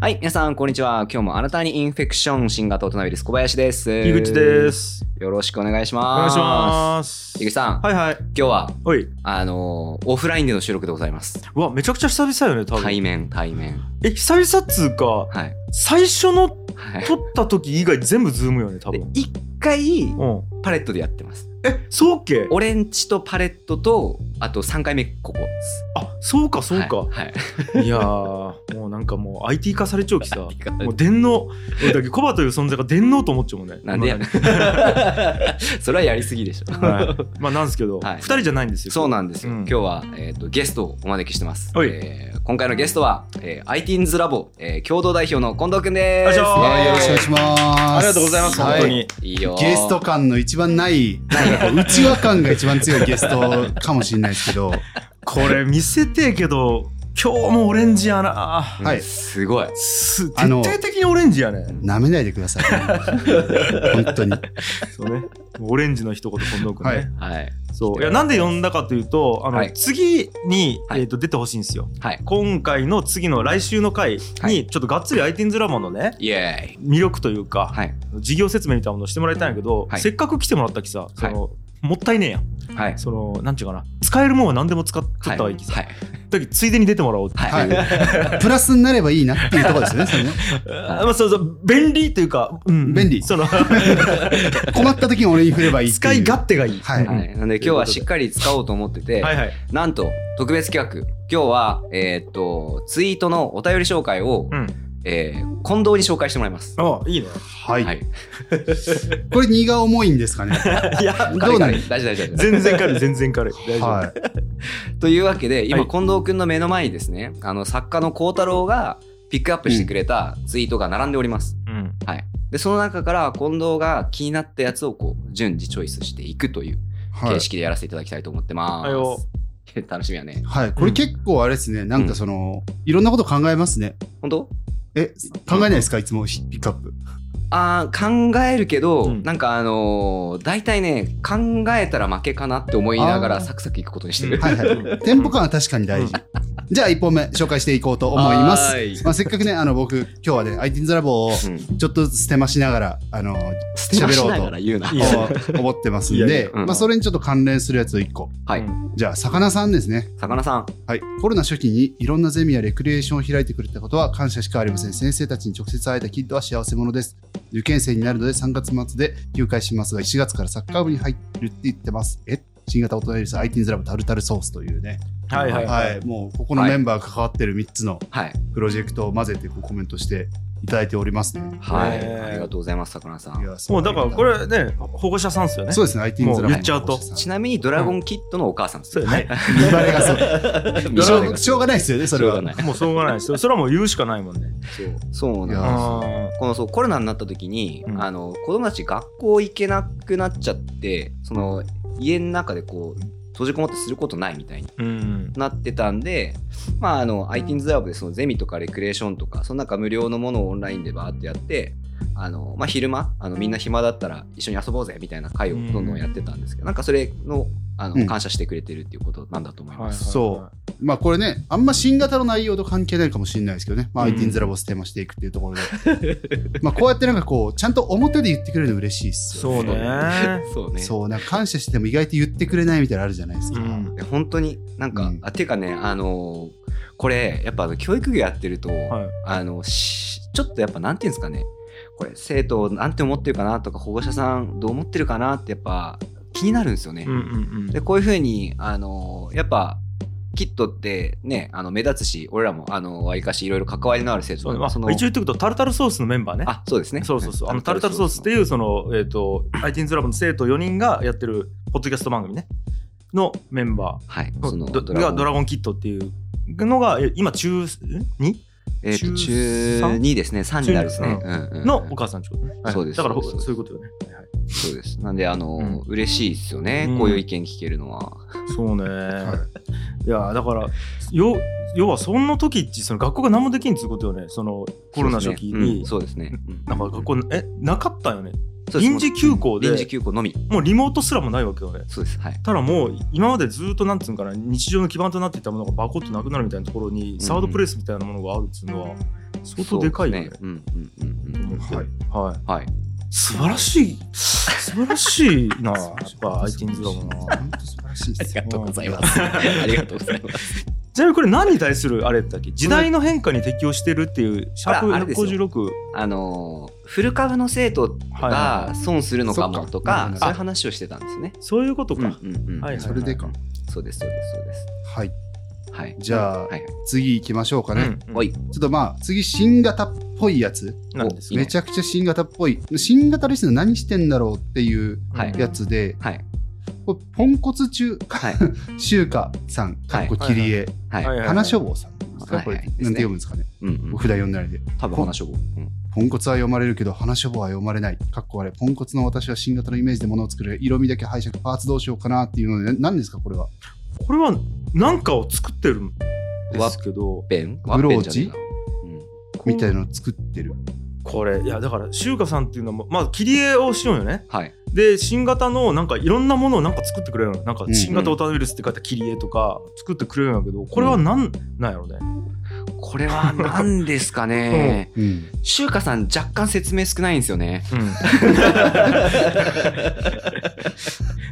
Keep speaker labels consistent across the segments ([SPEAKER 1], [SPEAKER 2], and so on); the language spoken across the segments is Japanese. [SPEAKER 1] はい、皆さん、こんにちは。今日もあなたにインフェクション新型オトナウイルス小林です。
[SPEAKER 2] 井口です。
[SPEAKER 1] よろしくお願いし
[SPEAKER 2] お
[SPEAKER 1] ます。
[SPEAKER 2] 願いします。
[SPEAKER 1] 井口さん、
[SPEAKER 2] はいはい。
[SPEAKER 1] 今日は、
[SPEAKER 2] おい。
[SPEAKER 1] あのーオフラインでの収録でございます。
[SPEAKER 2] うわ、めちゃくちゃ久々よね、多分。
[SPEAKER 1] 対面、対面。
[SPEAKER 2] え、久々っつうか、
[SPEAKER 1] はい。
[SPEAKER 2] 最初の
[SPEAKER 1] はい。
[SPEAKER 2] 撮った時以外全部ズームよね、多
[SPEAKER 1] で
[SPEAKER 2] 分。
[SPEAKER 1] 一回、
[SPEAKER 2] うん。
[SPEAKER 1] パレットでやってます。
[SPEAKER 2] え、そうっけ
[SPEAKER 1] 俺んちとパレットと、あと3回目、ここです。
[SPEAKER 2] あ、そうか、そうか。
[SPEAKER 1] はい。 はい
[SPEAKER 2] いやー、もうなんかもう IT 化されちゃうきさ。もう電脳、俺だけコバという存在が電脳と思っちゃうもんね。
[SPEAKER 1] なんでやねんそれはやりすぎでしょ。
[SPEAKER 2] はい、まあなんですけど、二、
[SPEAKER 1] はい
[SPEAKER 2] 人じゃないんですよ。
[SPEAKER 1] そうなんですよ。
[SPEAKER 2] うん
[SPEAKER 1] 今日は、えー、とゲストをお招きしてます。
[SPEAKER 2] はい
[SPEAKER 1] えー今回のゲストは、えー、ITINS ラボ、えー、共同代表の近藤くんです。
[SPEAKER 2] お
[SPEAKER 3] は
[SPEAKER 2] 願
[SPEAKER 3] い、よろしくお願いします。
[SPEAKER 2] ありがとうございます、
[SPEAKER 3] は
[SPEAKER 2] 本当に。
[SPEAKER 1] いいよ。
[SPEAKER 3] ゲスト感の一番ない、なんかうちわ感が一番強いゲストかもしれないですけど、
[SPEAKER 2] これ見せてえけど、今日もオレンジやな。
[SPEAKER 1] うん
[SPEAKER 3] はい
[SPEAKER 1] すごい。
[SPEAKER 2] す徹
[SPEAKER 3] あの
[SPEAKER 2] 底的にオレンジやね。
[SPEAKER 3] 舐めないでください、本当に。
[SPEAKER 2] そうね。オレンジの一言近藤君ね。
[SPEAKER 3] はい
[SPEAKER 1] はい。
[SPEAKER 2] そういやなんで呼んだかというと、あの、
[SPEAKER 1] はい
[SPEAKER 2] 次に、
[SPEAKER 1] はい
[SPEAKER 2] えっ、と出てほしいんですよ。
[SPEAKER 1] はい。
[SPEAKER 2] 今回の次の来週の回に、
[SPEAKER 1] はい
[SPEAKER 2] ちょっとがっつりアイテンズラボのね。
[SPEAKER 1] イエーイ。
[SPEAKER 2] 魅力というか、
[SPEAKER 1] はい。
[SPEAKER 2] 事業説明みたいなものをしてもらいたいんやけど、
[SPEAKER 1] はい
[SPEAKER 2] せっかく来てもらったきさ、そのもったいねえやん
[SPEAKER 1] はい。
[SPEAKER 2] そのなんちゅうかな使えるもんは何でも使っとった
[SPEAKER 1] は
[SPEAKER 2] わ
[SPEAKER 1] い
[SPEAKER 2] けさ、
[SPEAKER 1] はい。
[SPEAKER 2] だけどついでに出てもらおうっていう、
[SPEAKER 1] はい。
[SPEAKER 3] プラスになればいいなっていうところですよね、それね
[SPEAKER 2] あまあそうそう便利というか、うん、
[SPEAKER 3] 便利
[SPEAKER 2] その
[SPEAKER 3] 困った時に俺に振ればいいっていう。
[SPEAKER 2] 使い勝手がいい、
[SPEAKER 3] はい
[SPEAKER 2] うん
[SPEAKER 1] はいなんで今日はしっかり使おうと思ってて、
[SPEAKER 2] はいはい
[SPEAKER 1] なんと特別企画、今日は、えーっと、ツイートのお便り紹介を、
[SPEAKER 2] うん
[SPEAKER 1] えー近藤に紹介してもらいます。
[SPEAKER 2] あいいね
[SPEAKER 3] はい。これ荷が重いんですかね。
[SPEAKER 2] いや
[SPEAKER 3] どうな
[SPEAKER 1] 大
[SPEAKER 3] る
[SPEAKER 1] 事大事大事大事。
[SPEAKER 2] 全然軽い全然軽い大丈夫、
[SPEAKER 3] はい。
[SPEAKER 1] というわけで今
[SPEAKER 2] はい
[SPEAKER 1] 近藤君の目の前にですねあの作家の幸太郎がピックアップしてくれたツイートが並んでおります。
[SPEAKER 2] うん
[SPEAKER 1] はい、でその中から近藤が気になったやつをこう順次チョイスしていくという
[SPEAKER 3] はい
[SPEAKER 1] 形式でやらせていただきたいと思ってま
[SPEAKER 2] はいよ
[SPEAKER 1] す。 楽しみやね。
[SPEAKER 3] はい、これ結構あれですね、なんかその、いろんなこと考えますね。
[SPEAKER 1] 本当
[SPEAKER 3] え、考えないですか、いつもピックアップ。
[SPEAKER 1] あー考えるけど、
[SPEAKER 2] うん
[SPEAKER 1] なんかあのー大体ね考えたら負けかなって思いながら
[SPEAKER 3] あー
[SPEAKER 1] サクサクいくことにしてる。
[SPEAKER 3] はいはい。テンポ感は確かに大事。じゃあ1本目紹介していこうと思います
[SPEAKER 1] は。ーい
[SPEAKER 3] まあ、せっかくね、あの僕、今日はね、IT ザラボを
[SPEAKER 1] うん、
[SPEAKER 3] ちょっとずつ捨てましながら、あの、
[SPEAKER 1] 捨てましながら言うな。
[SPEAKER 2] いいよ
[SPEAKER 3] お思ってますん
[SPEAKER 2] いやい
[SPEAKER 3] で
[SPEAKER 2] や、
[SPEAKER 1] うん
[SPEAKER 3] まあ、それにちょっと関連するやつを1個。
[SPEAKER 1] はい
[SPEAKER 2] うん
[SPEAKER 3] じゃあ、魚さんですね。
[SPEAKER 1] 魚さん
[SPEAKER 3] はい。コロナ初期にいろんなゼミやレクリエーションを開いてくれたことは感謝しかありません。先生たちに直接会えたキッドは幸せ者です。受験生になるので3月末で休会しますが、1月からサッカー部に入るって言ってます。え新型オトナウイルス IT ザラボタルタルソースというね。
[SPEAKER 2] はいはいはい、
[SPEAKER 3] はい。もう、ここのメンバーが関わってる3つの
[SPEAKER 1] はい
[SPEAKER 3] プロジェクトを混ぜてこうコメントしていただいておりますね。
[SPEAKER 1] はい、
[SPEAKER 2] えー
[SPEAKER 1] ありがとうございます魚さん。
[SPEAKER 3] いや
[SPEAKER 2] もうだからこれね保護者さんっすよね
[SPEAKER 3] そう
[SPEAKER 2] う
[SPEAKER 3] ですね、IT の
[SPEAKER 2] もう言っちゃうと
[SPEAKER 1] ちなみにドラゴンキッドのお母さんです
[SPEAKER 2] そう
[SPEAKER 1] よ。
[SPEAKER 2] よね、
[SPEAKER 3] 見バレがそう。
[SPEAKER 1] 見
[SPEAKER 3] し
[SPEAKER 1] せ
[SPEAKER 3] ょ
[SPEAKER 1] てくだ
[SPEAKER 3] う
[SPEAKER 1] さい
[SPEAKER 3] しょうがないですよね、それは。
[SPEAKER 1] ない。
[SPEAKER 2] もうしょうがないですよそれはもう言うしかないもんね
[SPEAKER 1] そうなんです
[SPEAKER 3] いや
[SPEAKER 1] よ。
[SPEAKER 2] あ
[SPEAKER 1] このそうコロナになった時に、
[SPEAKER 2] うん
[SPEAKER 1] あの子供たち学校行けなくなっちゃってその家の中でこう閉じこもってすることないみたいに
[SPEAKER 2] ーうん
[SPEAKER 1] なってたんで、まあ、あの ITINS ラブでそのゼミとかレクレーションとかその中無料のものをオンラインでバーってやってあの、まあ、昼間あのみんな暇だったら一緒に遊ぼうぜみたいな会をどんどんやってたんですけど、なんかそれのあの、
[SPEAKER 3] うん
[SPEAKER 1] 感謝してくれてるっていうことなんだと思い
[SPEAKER 2] はいはい
[SPEAKER 1] ま
[SPEAKER 2] はい
[SPEAKER 1] す。
[SPEAKER 3] そまあこれね、あんま新型の内容と関係ないかもしれないですけどね、まあ、
[SPEAKER 2] うん
[SPEAKER 3] IT ズラボをテーマしていくっていうところで、 まあこうやってなんかこう、ちゃんと表で言ってくれるの嬉しいっすよ
[SPEAKER 2] そうね
[SPEAKER 1] そうね
[SPEAKER 3] そう、なんか感謝しても意外と言ってくれないみたいなのあるじゃないです
[SPEAKER 2] う
[SPEAKER 3] か。
[SPEAKER 2] ん
[SPEAKER 1] いや本当になんか、
[SPEAKER 3] うん
[SPEAKER 1] あていうかねあのーこれやっぱあの教育業やってると、
[SPEAKER 2] はい
[SPEAKER 1] あのしちょっとやっぱなんていうんですかねこれ生徒なんて思ってるかなとか保護者さんどう思ってるかなってやっぱ気になるんですよね。
[SPEAKER 2] うんうん
[SPEAKER 1] でこういうふうにあのーやっぱキットってねあの目立つし俺らもあのわりかしいろいろ関わりのある生徒
[SPEAKER 2] そう
[SPEAKER 1] なん
[SPEAKER 2] ねま
[SPEAKER 1] で
[SPEAKER 2] あ
[SPEAKER 1] その
[SPEAKER 2] 一応言っとくとタルタルソースのメンバーね
[SPEAKER 1] あそうですね
[SPEAKER 2] そうそうそうあ
[SPEAKER 1] はい
[SPEAKER 2] のタルタルソースっていうそのえっ、と IT ズラボの生徒4人がやってるポッドキャスト番組ねのメンバー
[SPEAKER 1] はいその
[SPEAKER 2] ドがドラゴンキットっていうのがえ今中ん 2?
[SPEAKER 1] えーと
[SPEAKER 2] 中
[SPEAKER 1] 中
[SPEAKER 2] 三
[SPEAKER 1] 2ですね3になるですね、
[SPEAKER 2] 中
[SPEAKER 1] うんうん
[SPEAKER 2] のお母さんってことね、はい
[SPEAKER 1] そうです
[SPEAKER 2] だから
[SPEAKER 1] そうです
[SPEAKER 2] そういうことよね、はい
[SPEAKER 1] そうです。なんで、あの、
[SPEAKER 2] うん
[SPEAKER 1] 嬉しいですよね、
[SPEAKER 2] うん
[SPEAKER 1] こういう意見聞けるのは。
[SPEAKER 2] そうね、、
[SPEAKER 3] はい
[SPEAKER 2] やだからよ要はそんな時ってその学校が何もできんっつうことよねそのコロナ初期に、
[SPEAKER 1] そうですね。うん
[SPEAKER 2] なんか学校えなかったよね
[SPEAKER 1] そうです
[SPEAKER 2] 臨時休校で
[SPEAKER 1] 臨時休校のみ。
[SPEAKER 2] もうリモートすらもないわけよね
[SPEAKER 1] そうです。はい。
[SPEAKER 2] ただもう今までずっとなんつうんかな日常の基盤となっていたものがバコッとなくなるみたいなところに
[SPEAKER 1] ん
[SPEAKER 2] サードプレイスみたいなものがあるっつうのは、相当でかいよ
[SPEAKER 1] そ
[SPEAKER 2] ね
[SPEAKER 1] うですうんうんうんうん。
[SPEAKER 3] はい。
[SPEAKER 2] はい
[SPEAKER 1] はい。
[SPEAKER 2] 素晴らしい素晴らしいなやっぱ iTunes だもんな
[SPEAKER 3] 本当素晴らしいで
[SPEAKER 1] あ
[SPEAKER 3] す
[SPEAKER 1] り
[SPEAKER 3] よ
[SPEAKER 1] がとうございます。ありがとうございます。
[SPEAKER 2] ちなみにこれ何に対するあれだっけ時代の変化に適応してるっていうシャープ
[SPEAKER 1] あらあれですよ
[SPEAKER 2] 156
[SPEAKER 1] あのーフル株の生徒
[SPEAKER 2] はいはい
[SPEAKER 1] が損するのか
[SPEAKER 3] そっ
[SPEAKER 1] も
[SPEAKER 3] か
[SPEAKER 1] とか、
[SPEAKER 3] うん
[SPEAKER 1] そういう話をしてたんですね。
[SPEAKER 2] そういうこと
[SPEAKER 1] うんう
[SPEAKER 2] か、
[SPEAKER 1] んうん
[SPEAKER 2] はいはい
[SPEAKER 3] それでか。
[SPEAKER 1] そうですそうですそうです。
[SPEAKER 3] はい。
[SPEAKER 1] はい。
[SPEAKER 3] じゃあ
[SPEAKER 1] はいはい
[SPEAKER 3] 次行きましょうか
[SPEAKER 2] う
[SPEAKER 3] ね。
[SPEAKER 2] んうん
[SPEAKER 1] おい。
[SPEAKER 3] ちょっとまあ、次、新型っぽいやつ。
[SPEAKER 2] なんです
[SPEAKER 1] いいね
[SPEAKER 3] めちゃくちゃ新型っぽい。新型リスナー何してんだろうっていう
[SPEAKER 1] はい
[SPEAKER 3] やつで、
[SPEAKER 1] はい
[SPEAKER 3] これポンコツ中、
[SPEAKER 1] はい
[SPEAKER 3] 中華さん、かっこ
[SPEAKER 2] はい
[SPEAKER 3] 切り絵、
[SPEAKER 1] はい。
[SPEAKER 2] はいはい
[SPEAKER 3] 花書房さんですか。
[SPEAKER 1] はい
[SPEAKER 3] こ
[SPEAKER 1] はいは
[SPEAKER 3] れ、ないんて読むんですかね。
[SPEAKER 1] うんうん
[SPEAKER 3] お。札読んでないで。
[SPEAKER 1] 多分話しょぼ。うん
[SPEAKER 3] ポンコツは読まれるけど、花書房は読まれない。かっこあれ。ポンコツの私は新型のイメージで物を作る。色味だけ拝借、パーツどうしようかなっていうので、な何ですか、これは。
[SPEAKER 2] これは何かを作ってるんですけど
[SPEAKER 1] ペン？
[SPEAKER 3] ブロ
[SPEAKER 1] ワ
[SPEAKER 3] ーチ
[SPEAKER 1] ッペンじゃねえなうん
[SPEAKER 3] みたいのを作ってる。
[SPEAKER 2] これいやだから修華さんっていうのはまず切り絵をしようよね
[SPEAKER 1] はい。
[SPEAKER 2] で新型のなんかいろんなものをなんか作ってくれるのなんか
[SPEAKER 3] うん
[SPEAKER 2] 新型オタウイルスって書いた切り絵とか作ってくれるんやけどこれは何なんやろね
[SPEAKER 1] これは何ですかね。
[SPEAKER 3] うん。
[SPEAKER 1] しゅうかさん若干説明少ないんですよね。
[SPEAKER 2] う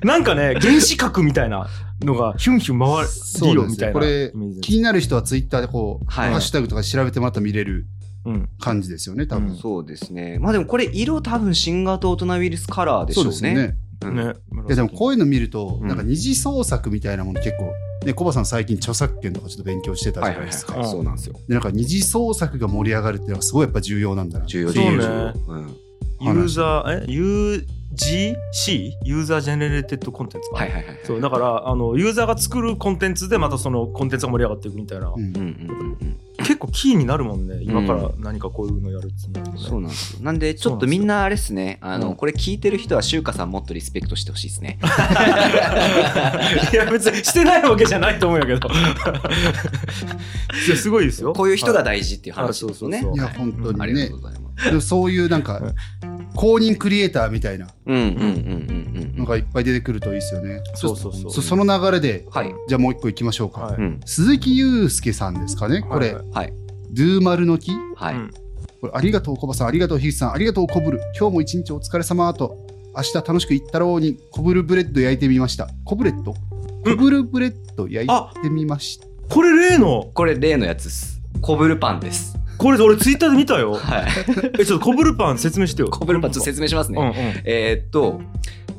[SPEAKER 2] んなんかね原子核みたいなのがヒュンヒュン回るよみたいな
[SPEAKER 3] そうですねこれ
[SPEAKER 2] イメージで
[SPEAKER 3] 気になる人はツイッターでこう、
[SPEAKER 1] はい
[SPEAKER 3] ハッシュタグとか調べてもらったら見れる
[SPEAKER 2] うん
[SPEAKER 3] 感じですよね、多分。
[SPEAKER 2] うん
[SPEAKER 1] そうですね。まあでもこれ色多分新型大人ウイルスカラーでしょ
[SPEAKER 3] そうう
[SPEAKER 1] ね。
[SPEAKER 3] ですよね。
[SPEAKER 1] うん
[SPEAKER 2] ね
[SPEAKER 3] いやでもこういうの見ると、
[SPEAKER 1] うん
[SPEAKER 3] なんか二次創作みたいなもの結構、ね、コバさん最近著作権とかちょっと勉強してたじ
[SPEAKER 1] はい
[SPEAKER 3] ゃな
[SPEAKER 1] はいいは
[SPEAKER 3] で
[SPEAKER 1] い。
[SPEAKER 3] すか。
[SPEAKER 2] うん
[SPEAKER 1] そうなんですよ。
[SPEAKER 3] でなんか二次創作が盛り上がるっていうのがすごいやっぱ重要なんだな。
[SPEAKER 1] 重要
[SPEAKER 2] そうね
[SPEAKER 1] 重要。うん
[SPEAKER 2] ユーザーえ UGC ユーザージェネレーテッドコンテンツか、
[SPEAKER 1] はいはいはいはい。
[SPEAKER 2] そうだからあのユーザーが作るコンテンツでまたそのコンテンツが盛り上がっていくみたいな、
[SPEAKER 3] うん
[SPEAKER 1] うんうんうん
[SPEAKER 2] 結構キーになるもんね今から何かこういうのやるっていうの
[SPEAKER 1] う
[SPEAKER 2] は
[SPEAKER 1] ん。
[SPEAKER 2] ね
[SPEAKER 1] そうなんですよ。なんでちょっとみんなあれですね。あ
[SPEAKER 2] うん
[SPEAKER 1] のこれ聞いてる人はしゅうかさんもっとリスペクトしてほしいですね。
[SPEAKER 2] いや別にしてないわけじゃないと思うんやけど いやすごいですよ
[SPEAKER 1] こういう人が
[SPEAKER 2] は
[SPEAKER 1] 大事っていう話ですよ
[SPEAKER 2] あ
[SPEAKER 1] ね。
[SPEAKER 2] そう
[SPEAKER 3] いや、
[SPEAKER 1] は
[SPEAKER 3] 本当
[SPEAKER 2] うん
[SPEAKER 1] あ
[SPEAKER 3] に
[SPEAKER 1] りが
[SPEAKER 3] ね
[SPEAKER 1] とう。ございます。
[SPEAKER 3] でもそういうなんか
[SPEAKER 2] うん、
[SPEAKER 3] 公認クリエイターみたいな
[SPEAKER 1] うんうんうんうんうん。
[SPEAKER 3] のがいっぱい出てくるといいですよね。
[SPEAKER 2] そうそうそう
[SPEAKER 3] そその流れで、
[SPEAKER 1] はい。
[SPEAKER 3] じゃあもう一個いきましょうか。
[SPEAKER 2] は
[SPEAKER 1] う
[SPEAKER 2] い
[SPEAKER 1] ん
[SPEAKER 3] 鈴木祐介さんですかね、これ、
[SPEAKER 2] はい
[SPEAKER 1] はい
[SPEAKER 3] ドゥーマルの木
[SPEAKER 1] はい。
[SPEAKER 2] うん
[SPEAKER 3] これありがとう、コバさん、ありがとう、樋口さん、ありがとう、コブル。今日も一日お疲れ様と、明日楽しく行ったろうに、コブルブレッド焼いてみました。コブレッド
[SPEAKER 2] う
[SPEAKER 3] コ
[SPEAKER 2] ん
[SPEAKER 3] ブルブレッド焼
[SPEAKER 2] あ
[SPEAKER 3] いてみました。
[SPEAKER 2] これ例の
[SPEAKER 1] これ例のやつです。コブルパンです。
[SPEAKER 2] これ俺ツイッターで見たよ
[SPEAKER 1] はい。
[SPEAKER 2] えちょっとコブルパン説明してよ
[SPEAKER 1] コブルパンちょっと説明しますね。
[SPEAKER 2] うんうん
[SPEAKER 1] えーっと、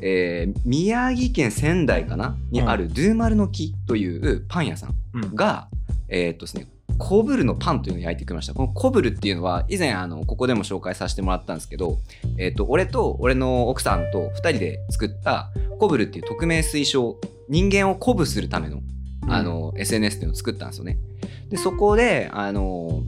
[SPEAKER 1] えー宮城県仙台かなにあるドゥーマルの木というパン屋さん
[SPEAKER 2] うん
[SPEAKER 1] が、えーっとですね、コブルのパンというのを焼いてくれました。このコブルっていうのは、以前あの、ここでも紹介させてもらったんですけど、えーっと、俺と俺の奥さんと2人で作ったコブルっていう匿名推奨、人間を鼓舞するためのあの、SNS っていうのを作ったんですよね。で、そこで、あの、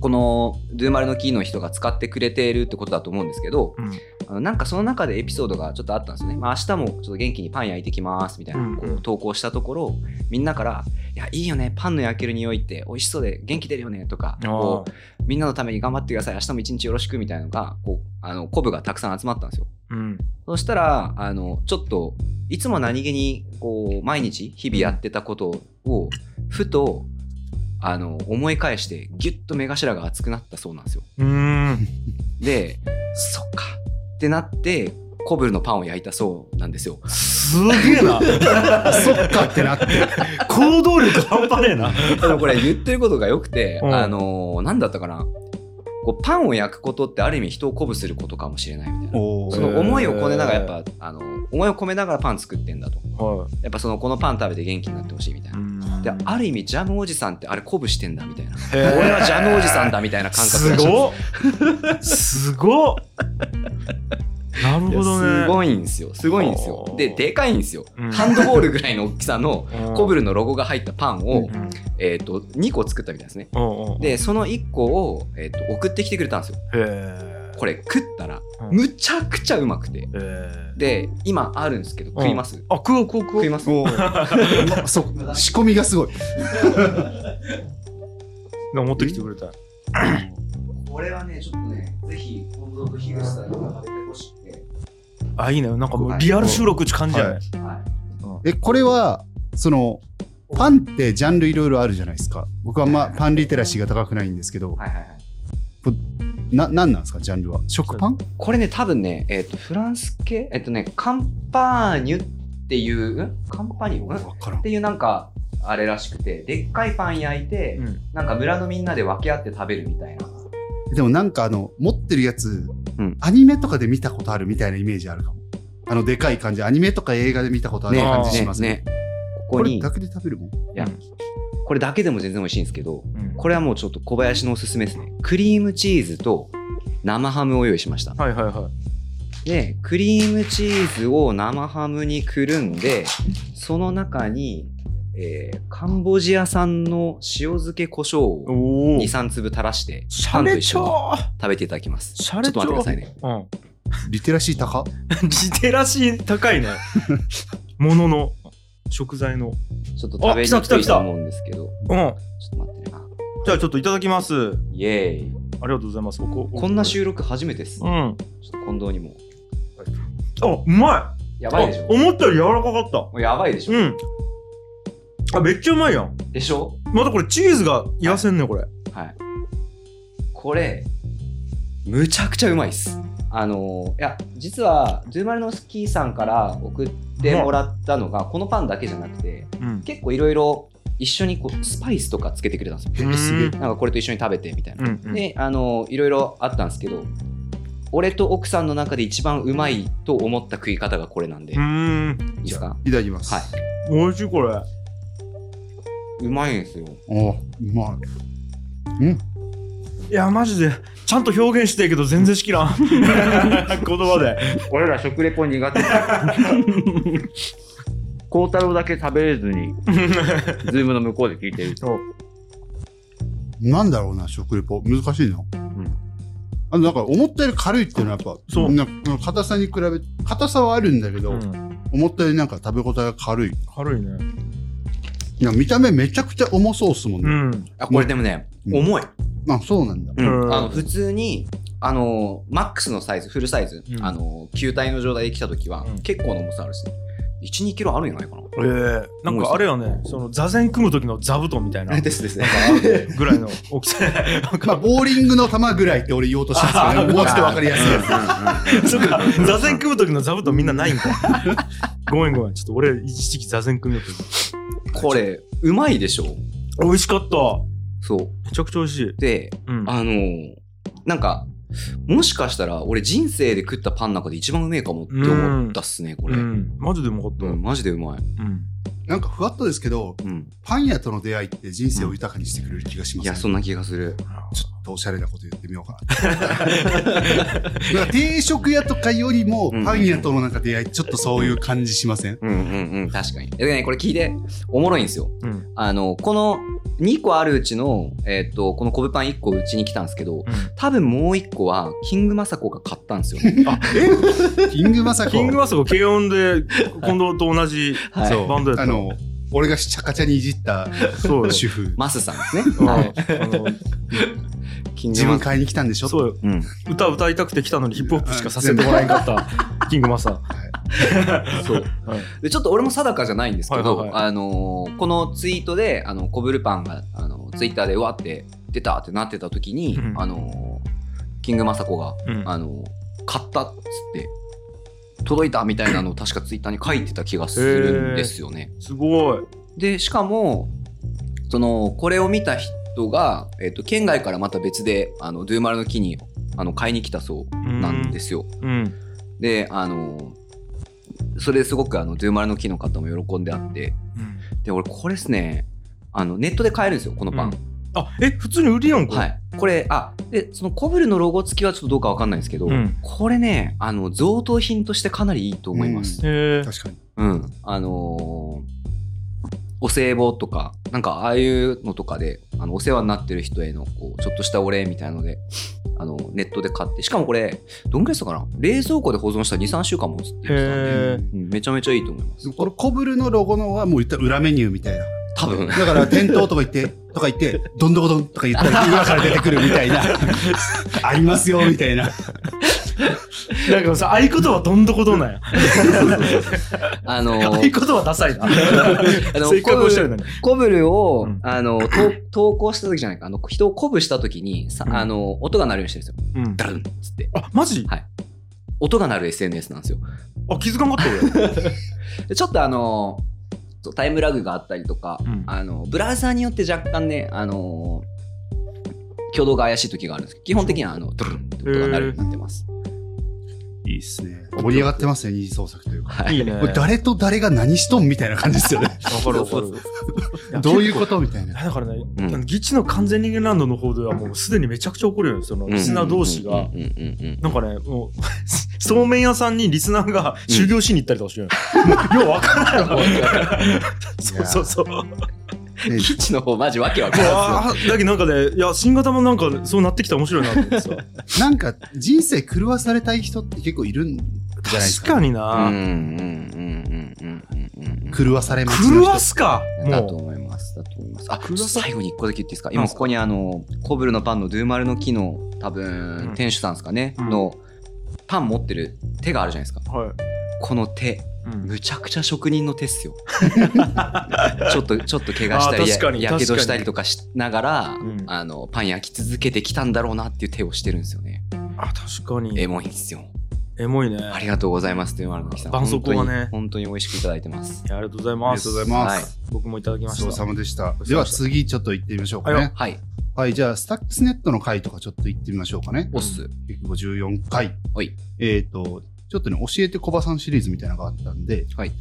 [SPEAKER 1] このドゥーマルの木の人が使ってくれているってことだと思うんですけど、
[SPEAKER 2] うん
[SPEAKER 1] あのなんかその中でエピソードがちょっとあったんですよね。まあ、明日もちょっと元気にパン焼いてきますみたい
[SPEAKER 2] うんうん
[SPEAKER 1] なこう投稿したところ、みんなから、いや、いいよね、パンの焼ける匂いって美味しそうで元気出るよねとか、こ
[SPEAKER 2] あー
[SPEAKER 1] うみんなのために頑張ってください、明日も一日よろしくみたいなのが、こう、あの、コブがたくさん集まったんですよ。
[SPEAKER 2] うん
[SPEAKER 1] そしたら、あの、ちょっと、いつも何気に、こう、毎日、日々やってたことを、ふと、あの、思い返して、ぎゅっと目頭が熱くなったそうなんですよ。
[SPEAKER 2] うーん
[SPEAKER 1] で、そっか、ってなって、コブルのパンを焼いたそうなんですよ。
[SPEAKER 2] すげえな
[SPEAKER 3] そっかってなって。
[SPEAKER 2] 行動力半端ねえな
[SPEAKER 1] でもこれ言ってることが良くて、
[SPEAKER 2] うん
[SPEAKER 1] あの、なんだったかな。こうパンを焼くことってある意味人を鼓舞することかもしれないみたいな。
[SPEAKER 3] お
[SPEAKER 1] そ
[SPEAKER 3] ー
[SPEAKER 1] の思いを込めながら、やっぱ、あの、思いを込めながらパン作ってんだと。
[SPEAKER 2] は
[SPEAKER 1] やっぱその、このパン食べて元気になってほしいみたいな。
[SPEAKER 2] い
[SPEAKER 1] である意味ジャムおじさんってあれ鼓舞してんだみたいな
[SPEAKER 2] へー
[SPEAKER 1] 俺はジャムおじさんだみたいな感覚
[SPEAKER 2] す
[SPEAKER 1] が
[SPEAKER 2] ごっすごっなる
[SPEAKER 1] い
[SPEAKER 2] ほ
[SPEAKER 1] や
[SPEAKER 2] どね
[SPEAKER 1] すごいんですよすごいんですよ
[SPEAKER 2] ほう
[SPEAKER 1] ででかいんですよ、
[SPEAKER 2] うん
[SPEAKER 1] ハンドボールぐらいの大きさの
[SPEAKER 2] うん
[SPEAKER 1] コブルのロゴが入ったパンを、
[SPEAKER 2] うん
[SPEAKER 1] えー、と2個作ったみたいですね
[SPEAKER 2] うんうん
[SPEAKER 1] でその1個を、えー、と送ってきてくれたんですよ
[SPEAKER 2] へえ
[SPEAKER 1] これ食ったら
[SPEAKER 2] うん
[SPEAKER 1] むちゃくちゃうまくて
[SPEAKER 2] へえ
[SPEAKER 1] で今あるんですけど食います、
[SPEAKER 2] あ食おう食おう食おう
[SPEAKER 1] 食います
[SPEAKER 3] おーうわそう仕込みがすごい。
[SPEAKER 2] なんか持ってきてくれた
[SPEAKER 1] これはねちょっとねぜひ近藤と樋口さんに食べてほしくて、
[SPEAKER 2] あいいねなんかもうリアル収録って感じじゃない、
[SPEAKER 3] は
[SPEAKER 1] はい、
[SPEAKER 3] え、これは、その、パンってジャンルいろいろあるじゃないですか。僕はあんまパンリテラシーが高くないんですけど、
[SPEAKER 1] はいはいはい
[SPEAKER 3] な、なんなんですか、ジャンルは。食パン
[SPEAKER 1] これね多分ね、えっとフランス系えっ、とねカンパーニュっていうんカンパーニュんっ
[SPEAKER 3] わからん
[SPEAKER 1] て。いうなんかあれらしくてでっかいパン焼いて、
[SPEAKER 2] うん
[SPEAKER 1] なんか村のみんなで分け合って食べるみたいな
[SPEAKER 3] でもなんかあの、持ってるやつ、
[SPEAKER 1] うん
[SPEAKER 3] アニメとかで見たことあるみたいなイメージあるかも。あの、でかい感じ。アニメとか映画で見たことある
[SPEAKER 1] ね
[SPEAKER 3] 感じ
[SPEAKER 2] え
[SPEAKER 3] しますね。
[SPEAKER 1] ねこ
[SPEAKER 3] こ
[SPEAKER 1] こ
[SPEAKER 3] れ
[SPEAKER 1] に
[SPEAKER 3] だけで食べるもん。
[SPEAKER 1] これだけでも全然美味しいんですけど
[SPEAKER 2] うん
[SPEAKER 1] これはもうちょっと小林のおすすめですねクリームチーズと生ハムを用意しました
[SPEAKER 2] はいはいは
[SPEAKER 1] でクリームチーズを生ハムにくるんでその中に、えーカンボジア産の塩漬け胡椒
[SPEAKER 2] い。
[SPEAKER 1] を
[SPEAKER 2] おお。
[SPEAKER 1] 23粒垂らして
[SPEAKER 2] シ
[SPEAKER 1] パ
[SPEAKER 2] ャ
[SPEAKER 1] ンと
[SPEAKER 2] レ
[SPEAKER 1] 一
[SPEAKER 2] ち
[SPEAKER 1] 緒に
[SPEAKER 2] ょ
[SPEAKER 1] 食べていただきます
[SPEAKER 2] シ
[SPEAKER 1] ち
[SPEAKER 2] ャ
[SPEAKER 1] ょっ
[SPEAKER 2] レ
[SPEAKER 1] と
[SPEAKER 2] ちょ
[SPEAKER 1] 待ってくださいね
[SPEAKER 2] ーうん。
[SPEAKER 3] リテラシー高
[SPEAKER 2] 自テラシー高い ね。ものの、食材の。
[SPEAKER 1] ちょっと食べに
[SPEAKER 2] あ来た
[SPEAKER 1] く
[SPEAKER 2] 来た
[SPEAKER 1] い
[SPEAKER 2] 来た
[SPEAKER 1] と思うんですけど
[SPEAKER 2] うん。
[SPEAKER 1] ちょっと待ってねあ
[SPEAKER 2] じゃあちょっといただきます。あ
[SPEAKER 1] イエーイ
[SPEAKER 2] りがとうございます。おこ
[SPEAKER 1] こんな収録初めてです、
[SPEAKER 2] う
[SPEAKER 1] ちょ
[SPEAKER 2] ん。
[SPEAKER 1] っと近藤にも
[SPEAKER 2] あ、うまい
[SPEAKER 1] や
[SPEAKER 2] あ
[SPEAKER 1] ばいでしょも
[SPEAKER 2] 思ったより柔らかかった。
[SPEAKER 1] うやばいでしょ、
[SPEAKER 2] うん。あ、めっちゃうまいやん。
[SPEAKER 1] でしょ
[SPEAKER 2] またこれチーズが痩せんねこれ。
[SPEAKER 1] はい。これ、むちゃくちゃうまいっす。あのーいや、実は、ドゥーマルノスキーさんから送ってもらったのが、このパンだけじゃなくて、
[SPEAKER 2] うん。
[SPEAKER 1] 結構いろいろ一緒にこうスパイスとかつけてくれたんですよ。
[SPEAKER 3] へえすげ
[SPEAKER 1] な
[SPEAKER 3] え
[SPEAKER 1] んかこれと一緒に食べてみたいな。
[SPEAKER 2] うんうん。
[SPEAKER 1] で、あのーいろいろあったんですけど、俺と奥さんの中で一番うまいと思った食い方がこれなんで、
[SPEAKER 2] う
[SPEAKER 1] い
[SPEAKER 2] ーん。
[SPEAKER 1] いですか
[SPEAKER 3] いただきます。
[SPEAKER 1] はい
[SPEAKER 2] 美味しいこれ。
[SPEAKER 1] うまいんですよ。
[SPEAKER 3] おうまい。うん。
[SPEAKER 2] いやマジでちゃんと表現してるけど全然しきら ん。言葉で。
[SPEAKER 1] 俺ら食レポ苦 手。孝太郎だけ食べれずに、ズームの向こうで聞いてる。
[SPEAKER 3] なんだろうな、食レポ。難しいな。
[SPEAKER 1] ん
[SPEAKER 3] あの、なんか思ったより軽いっていうのはやっぱ、
[SPEAKER 2] そう
[SPEAKER 3] なんか硬さに比べ、硬さはあるんだけど、
[SPEAKER 2] うん
[SPEAKER 3] 思ったよりなんか食べ応えが軽い。
[SPEAKER 2] 軽いね。
[SPEAKER 3] いや、見た目めちゃくちゃ重そうっすもん
[SPEAKER 2] う
[SPEAKER 3] ね。
[SPEAKER 2] ん。
[SPEAKER 1] あこれでもね、
[SPEAKER 3] うん
[SPEAKER 1] 重い、
[SPEAKER 3] あ、そうなんだ。
[SPEAKER 2] うん
[SPEAKER 1] あの普通にあのマックスのサイズフルサイズ、
[SPEAKER 2] うん
[SPEAKER 1] あの球体の状態で来た時は、
[SPEAKER 2] うん
[SPEAKER 1] 結構な重さあるし12キロあるんじゃないかな
[SPEAKER 2] えー、なんかあれよね、その座禅組む時の座布団みた い な
[SPEAKER 1] ですですね
[SPEAKER 2] ぐらいの大きさ。なん
[SPEAKER 3] まあ、
[SPEAKER 2] か
[SPEAKER 3] ボーリングの球ぐらいって俺言おうとしたんですけど、 ね、もうちょっとわかりやすいや つ。
[SPEAKER 2] そっか、座禅組む時の座布団みんなないんか。ごめんごめん、ちょっと俺一時期座禅組む時。
[SPEAKER 1] これうまいでしょ
[SPEAKER 2] 美味しかった。
[SPEAKER 1] そう
[SPEAKER 2] めちゃくちゃ美味しい。
[SPEAKER 1] で
[SPEAKER 2] うん。
[SPEAKER 1] あのなんかもしかしたら俺人生で食ったパンの中で一番うめえかもって思ったっすねこれ、
[SPEAKER 2] う
[SPEAKER 1] うん
[SPEAKER 2] ん、マジでうまかった。うん。
[SPEAKER 1] マジでうまい、
[SPEAKER 3] なんかふわっとですけど、
[SPEAKER 1] うん、
[SPEAKER 3] パン屋との出会いって人生を豊かにしてくれる気がしま
[SPEAKER 1] い
[SPEAKER 3] す、ね
[SPEAKER 1] やそんな気がする
[SPEAKER 3] ちょっとおしゃれなこと言ってみようかな。なんか定食屋とかよりも、
[SPEAKER 1] うん
[SPEAKER 3] パン屋とのなんか出会い、ちょっとそういう感じしません
[SPEAKER 1] うんうんうん確かにでねこれ聞いておもろいんですよ
[SPEAKER 2] うん。
[SPEAKER 1] あの、この2個あるうちの、えっと、このコブパン1個うちに来たんですけど、
[SPEAKER 2] う
[SPEAKER 1] 多分もう1個は、キングマサコが買ったん ですよね。
[SPEAKER 2] ん。あ、え
[SPEAKER 3] キングマサコ。
[SPEAKER 2] キングマスコ軽音で近藤と同じ
[SPEAKER 1] はい
[SPEAKER 3] そう
[SPEAKER 2] バンドやった
[SPEAKER 3] あの、俺がしちゃかちゃにいじった
[SPEAKER 2] そうよ
[SPEAKER 3] 主婦。
[SPEAKER 1] マスさんですね。
[SPEAKER 2] うん
[SPEAKER 1] は
[SPEAKER 2] あ
[SPEAKER 1] い。キン
[SPEAKER 3] 自
[SPEAKER 1] グ
[SPEAKER 3] 分
[SPEAKER 1] マサ
[SPEAKER 3] 買いに来たんでしょ
[SPEAKER 2] のそうよ
[SPEAKER 1] コ。うん。
[SPEAKER 2] 歌歌いたくて来たのにヒップホップしかさせてもらえんかったキングマスタ
[SPEAKER 1] そう。
[SPEAKER 2] はい
[SPEAKER 1] で、ちょっと俺も定かじゃないんですけど、
[SPEAKER 2] はいはいはい
[SPEAKER 1] あのーこのツイートで、あの、コブルパンが、あの、ツイッターで、うわって、出たってなってた時に、
[SPEAKER 2] うん
[SPEAKER 1] あのーキングマサコが、
[SPEAKER 2] ー。うん
[SPEAKER 1] あのー買ったっつって、届いたみたいなのを確かツイッターに書いてた気がするんですよね。
[SPEAKER 2] すごい。。
[SPEAKER 1] でしかもそのこれを見た人が、えっと県外からまた別であのドゥーマルの木にあの買いに来たそうなんですすよ。
[SPEAKER 2] うん。
[SPEAKER 1] であのそれですごくあのドゥーマルの木の方も喜んであって
[SPEAKER 2] うん
[SPEAKER 1] で俺これですねあのネットで買えるんですよこのパン、
[SPEAKER 2] あ、え、普通に売りやんこれ。
[SPEAKER 1] はいこれあでそのコブルのロゴ付きはちょっとどうかわかんないんですけど、
[SPEAKER 2] うん
[SPEAKER 1] これねあの贈答品としてかなりいいと思います、
[SPEAKER 2] へえ。
[SPEAKER 3] 確かに。
[SPEAKER 1] うん、あのーお歳暮とか、なんかああいうのとかで、あのお世話になってる人へのこうちょっとしたお礼みたいなので、あのネットで買って、しかもこれ、どんぐらいしたかな、冷蔵庫で保存した2、3週間もつって言ってたんで、
[SPEAKER 2] へえ。
[SPEAKER 1] うんめちゃめちゃいいと思い ます。
[SPEAKER 3] このコブルのロゴのはもう言ったら裏メニューみたいな。
[SPEAKER 1] 多分
[SPEAKER 3] だから店頭とか行って、とか行って、どんどこどんとか言ったら裏から出てくるみたいな。ありますよ、みたいな。
[SPEAKER 2] なんかさ、合言葉どんどこどんなんや。
[SPEAKER 1] あの
[SPEAKER 2] 合言葉ダサい な。
[SPEAKER 1] あの
[SPEAKER 2] せっかくおしゃれなのに。
[SPEAKER 1] コブルを、
[SPEAKER 2] うん
[SPEAKER 1] あの、と投稿した時じゃないか、あの、人を鼓舞した時に、さ
[SPEAKER 2] うん
[SPEAKER 1] あの、音が鳴るようにしてるんですよ。
[SPEAKER 2] うん
[SPEAKER 1] ダルンっつって。
[SPEAKER 2] あ、マジ
[SPEAKER 1] はい音が鳴る SNS なんですよ。
[SPEAKER 2] あ、気づかんかった俺。
[SPEAKER 1] でちょっとあの、そうタイムラグがあったりとか、
[SPEAKER 2] うん
[SPEAKER 1] あの、ブラウザーによって若干ね、あの、挙動が怪しい時があるんですけど、基本的にはあの、ドルンって音が鳴るようになってます。
[SPEAKER 3] いいっすね。盛り上がってますね、二次創作というか。
[SPEAKER 1] はい
[SPEAKER 2] い
[SPEAKER 1] い。
[SPEAKER 2] ね。
[SPEAKER 3] これ誰と誰が何しとんみたいな感じですよね。
[SPEAKER 2] わかるわかる。や
[SPEAKER 3] どういうこ
[SPEAKER 2] 結
[SPEAKER 3] とみたい
[SPEAKER 2] 構
[SPEAKER 3] な。
[SPEAKER 2] だからね、
[SPEAKER 1] うん
[SPEAKER 2] あのギチの完全人間ランドの方ではもうすでにめちゃくちゃ怒るよね、そのリスナー同士が
[SPEAKER 1] うん。うんうんうんうん
[SPEAKER 2] なんかね、もう、そう めん屋さんにリスナーが修行しに行ったりとかしてる の。ようわからんよ。 そうそうそう。
[SPEAKER 3] ね
[SPEAKER 1] 基地の方マジわけわからんっすよ
[SPEAKER 2] あーだけどなんかね、いや、新型もなんかそうなってきたら面白いなと思ってさ。
[SPEAKER 3] なんか人生狂わされたい人って結構いるんじゃないです
[SPEAKER 2] 確か
[SPEAKER 3] か。
[SPEAKER 2] に
[SPEAKER 1] うん
[SPEAKER 2] な。
[SPEAKER 1] うんうんうんうんうんうんうん。
[SPEAKER 3] 狂わされ待ち
[SPEAKER 2] 狂
[SPEAKER 3] の
[SPEAKER 2] わ
[SPEAKER 3] 人。
[SPEAKER 2] すか
[SPEAKER 1] だと
[SPEAKER 2] も
[SPEAKER 1] 思います。だと思います。あ、
[SPEAKER 2] 黒沢
[SPEAKER 1] 最後に一個だけ言っていいですか。
[SPEAKER 2] な
[SPEAKER 1] 今
[SPEAKER 2] んす
[SPEAKER 1] こ
[SPEAKER 2] か
[SPEAKER 1] こにあの、コブルのパンのドゥーマルの木の多分、
[SPEAKER 2] うん
[SPEAKER 1] 店主さんですかね、
[SPEAKER 2] うん
[SPEAKER 1] のパン持ってる手があるじゃないですか。
[SPEAKER 2] う。はい。
[SPEAKER 1] この手、
[SPEAKER 2] うん
[SPEAKER 1] むちゃくちゃ職人の手っす よ。ちょっと、ちょっと怪我
[SPEAKER 2] あー
[SPEAKER 1] したり
[SPEAKER 2] 確か
[SPEAKER 1] や、
[SPEAKER 2] に
[SPEAKER 1] やけどしたりとかしながら、
[SPEAKER 2] ん
[SPEAKER 1] あの、パン焼き続けてきたんだろうなっていう手をしてるんですよね。
[SPEAKER 2] あ、確か
[SPEAKER 1] エ
[SPEAKER 2] に。
[SPEAKER 1] モいんですよ。
[SPEAKER 2] エモいね。
[SPEAKER 1] あ
[SPEAKER 2] あり
[SPEAKER 1] りがとうございます、ドゥーマルの木さん。
[SPEAKER 2] 絆創
[SPEAKER 1] 本
[SPEAKER 2] 膏がね
[SPEAKER 1] 当に本当に美味しくいただいてます。
[SPEAKER 2] がとうござい
[SPEAKER 3] あ
[SPEAKER 2] ま
[SPEAKER 3] りが
[SPEAKER 2] す
[SPEAKER 3] とうござい。ま
[SPEAKER 1] は
[SPEAKER 3] す。
[SPEAKER 2] 僕もいただき
[SPEAKER 3] ご
[SPEAKER 2] ま
[SPEAKER 3] ち
[SPEAKER 2] し
[SPEAKER 3] そうさ
[SPEAKER 2] た。
[SPEAKER 3] までした
[SPEAKER 2] ご。ちそうさ
[SPEAKER 3] で
[SPEAKER 2] ま
[SPEAKER 3] は
[SPEAKER 2] でした
[SPEAKER 3] 次ちょっと行ってみましょうか
[SPEAKER 2] はい
[SPEAKER 3] ね
[SPEAKER 2] よ。
[SPEAKER 1] はい、
[SPEAKER 3] はい、じゃあ、スタックスネットの回とかちょっと行ってみましょうかね。
[SPEAKER 1] おっす。
[SPEAKER 3] 154回。
[SPEAKER 1] はい。
[SPEAKER 3] えっ、と、ちょっとね、教えてコバさんシリーズみたいなのがあったんで、
[SPEAKER 1] はい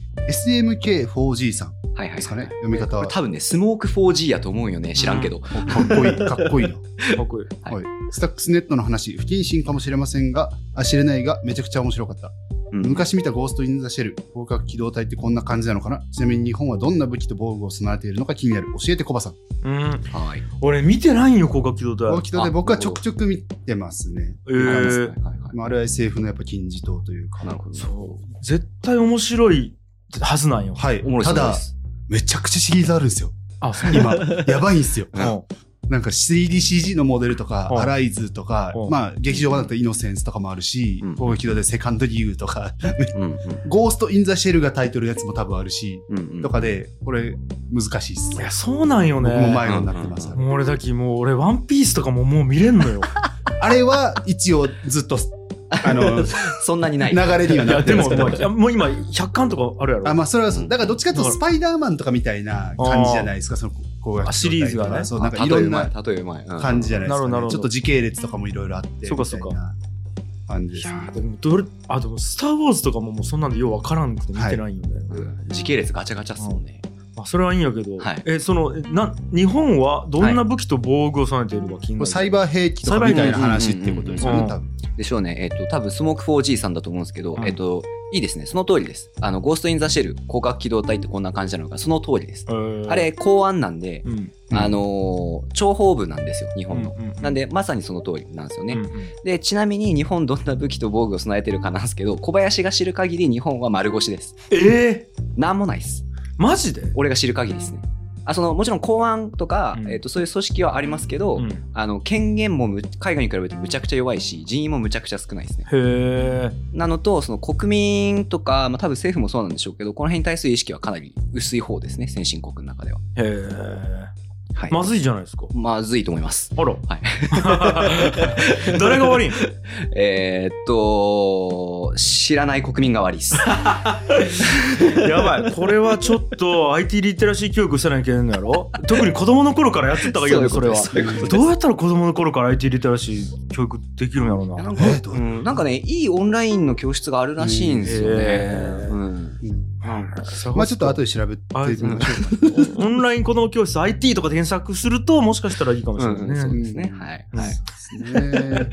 [SPEAKER 3] SMK4G さん
[SPEAKER 1] はいはい。
[SPEAKER 3] ですかね、読み方
[SPEAKER 1] こ
[SPEAKER 3] は。
[SPEAKER 1] れ
[SPEAKER 3] か
[SPEAKER 1] 多分ね、スモーク 4G やと思うよね。知らんけど。
[SPEAKER 3] っこいい、かっこいいな。
[SPEAKER 2] 僕、はい
[SPEAKER 1] はい
[SPEAKER 3] はい。スタックスネットの話、不謹慎かもしれませんが、あ、知れないが、めちゃくちゃ面白かった。
[SPEAKER 1] うん
[SPEAKER 3] 昔見たゴースト・イン・ザ・シェル、広角機動隊ってこんな感じなのかなちなみに日本はどんな武器と防具を備えているのか気になる。教えてコバさん。
[SPEAKER 2] うん。
[SPEAKER 1] はい。
[SPEAKER 2] 俺見てないんよ、広角機動
[SPEAKER 3] 広
[SPEAKER 2] 隊
[SPEAKER 3] 角。機動隊、僕はちょくちょく見てますね。
[SPEAKER 2] えー。
[SPEAKER 1] はいはい
[SPEAKER 3] まあ、あれは SF のやっぱ金字塔というか。
[SPEAKER 1] なるほど。
[SPEAKER 2] そう。絶対面白いはずなんよ。
[SPEAKER 3] はい
[SPEAKER 1] おもろ。い
[SPEAKER 3] た
[SPEAKER 1] そう
[SPEAKER 3] だ
[SPEAKER 1] で、す。
[SPEAKER 3] めちゃくちゃシリーズあるん ですよ。
[SPEAKER 2] あ、そう
[SPEAKER 3] 今、やばいんですよ。
[SPEAKER 1] うん
[SPEAKER 3] なんか 3DCG のモデルとか、
[SPEAKER 2] うん
[SPEAKER 3] アライズとか
[SPEAKER 2] う、ん
[SPEAKER 3] まあ、劇場版だったらイノセンスとかもあるし
[SPEAKER 1] うん、
[SPEAKER 3] 攻撃度でセカンドリーグとか、
[SPEAKER 1] うんうん
[SPEAKER 3] ゴースト・イン・ザ・シェルがタイトルのやつも多分あるし、
[SPEAKER 1] うんうん
[SPEAKER 3] とかで、これ、難しいっす
[SPEAKER 2] い。や、そうなんよね。
[SPEAKER 3] 僕も迷子になってます。
[SPEAKER 2] もう俺だき、もう俺、ワンピースとかももう見れんのよ。
[SPEAKER 3] あれは、一応ずっ と、あの、流
[SPEAKER 1] そんなにない。
[SPEAKER 3] れにはいな
[SPEAKER 2] や、
[SPEAKER 3] って
[SPEAKER 2] で
[SPEAKER 3] る
[SPEAKER 2] も、
[SPEAKER 3] んですけど
[SPEAKER 2] い。やもう今、100巻とかあるやろ。
[SPEAKER 3] あ、まあ、それはそう、だからどっちかというと、
[SPEAKER 2] だ
[SPEAKER 3] ス
[SPEAKER 2] か
[SPEAKER 3] パイダーマンとかみたいな感じじゃないですか、その、攻撃
[SPEAKER 2] あシリーズがね
[SPEAKER 3] そう、
[SPEAKER 1] な
[SPEAKER 3] なん
[SPEAKER 1] か
[SPEAKER 3] んか
[SPEAKER 1] い
[SPEAKER 3] い
[SPEAKER 1] ろ
[SPEAKER 3] ろ
[SPEAKER 1] ん
[SPEAKER 3] ん
[SPEAKER 1] な
[SPEAKER 3] な。
[SPEAKER 1] 例えうまい。うん
[SPEAKER 3] 感じじゃないです
[SPEAKER 2] なるほどな
[SPEAKER 3] か、
[SPEAKER 2] るほ
[SPEAKER 3] ね。
[SPEAKER 2] ど
[SPEAKER 3] ちょっと時系列とかもいろいろあって。
[SPEAKER 2] そうかそうか
[SPEAKER 3] みたいな感じで
[SPEAKER 2] い
[SPEAKER 3] すね。
[SPEAKER 2] やでもどれあでも「スター・ウォーズ」とかももうそんなんでようわからんくて見てないよね、
[SPEAKER 1] うん時系列ガチャガチャっすもんね。
[SPEAKER 2] まあ、それはいいんやけど、
[SPEAKER 1] はい
[SPEAKER 2] えそのえな日本はどんな武器と防具を備えているのか気になる
[SPEAKER 3] これサイバー兵器とかみたいな話っていうことですよ
[SPEAKER 2] う
[SPEAKER 3] ね
[SPEAKER 2] ん、
[SPEAKER 3] 多分。
[SPEAKER 1] でしょうね。えっと、多分スモーク 4G さんだと思うんですけど
[SPEAKER 2] う、ん
[SPEAKER 1] えっと、いいですね。その通りです。あの、ゴースト・イン・ザ・シェル、広角機動隊ってこんな感じなのか、その通りです。
[SPEAKER 2] えー
[SPEAKER 1] あれ、公安なんで、
[SPEAKER 2] うん
[SPEAKER 3] うん
[SPEAKER 1] あのー、諜報部なんですよ、日本の。
[SPEAKER 2] う
[SPEAKER 1] なんで、まさにその通りなんですよね。
[SPEAKER 2] うんうん
[SPEAKER 1] でちなみに日本どんな武器と防具を備えてるかなんですけど小林が知る限り日本は丸腰です
[SPEAKER 2] えー、
[SPEAKER 1] なんもないです
[SPEAKER 2] マジで、
[SPEAKER 1] 俺が知る限りですねあそのもちろん公安とか、
[SPEAKER 2] うん
[SPEAKER 1] えっとそういう組織はありますけど、
[SPEAKER 2] うんへ
[SPEAKER 1] あの権限もむ海外に比べてむちゃくちゃ弱いし人員もむちゃくちゃ少ないですね
[SPEAKER 2] え
[SPEAKER 1] なのとその国民とか、まあ、多分政府もそうなんでしょうけどこの辺に対する意識はかなり薄い方ですね先進国の中では、
[SPEAKER 2] へえ
[SPEAKER 1] はい、
[SPEAKER 2] ま
[SPEAKER 1] ま
[SPEAKER 2] ずいじゃないですか
[SPEAKER 1] ずいと思います
[SPEAKER 2] あら
[SPEAKER 1] はい
[SPEAKER 2] 誰が悪いん
[SPEAKER 1] えーっと知らない国民が悪いです
[SPEAKER 2] やばいこれはちょっと IT リテラシー教育せなきゃいけないんだろ特に子供の頃からやってた方がいいよねそれは
[SPEAKER 1] そういうことです
[SPEAKER 2] どうやったら子供の頃から IT リテラシー教育できるんやろうな。
[SPEAKER 1] なんか
[SPEAKER 3] えっと、
[SPEAKER 2] ん
[SPEAKER 1] なんかね、いいオンラインの教室があるらしいんですよね。
[SPEAKER 2] へー
[SPEAKER 1] うん
[SPEAKER 3] うん
[SPEAKER 2] うん
[SPEAKER 3] まあちょっと後で調べて
[SPEAKER 2] あ
[SPEAKER 3] みまし ょ
[SPEAKER 2] オンライン子供教室 IT とかで検索するともしかしたらいいかもしれないね。
[SPEAKER 1] そううんですね。はい。
[SPEAKER 2] うん
[SPEAKER 1] はい。
[SPEAKER 3] うね。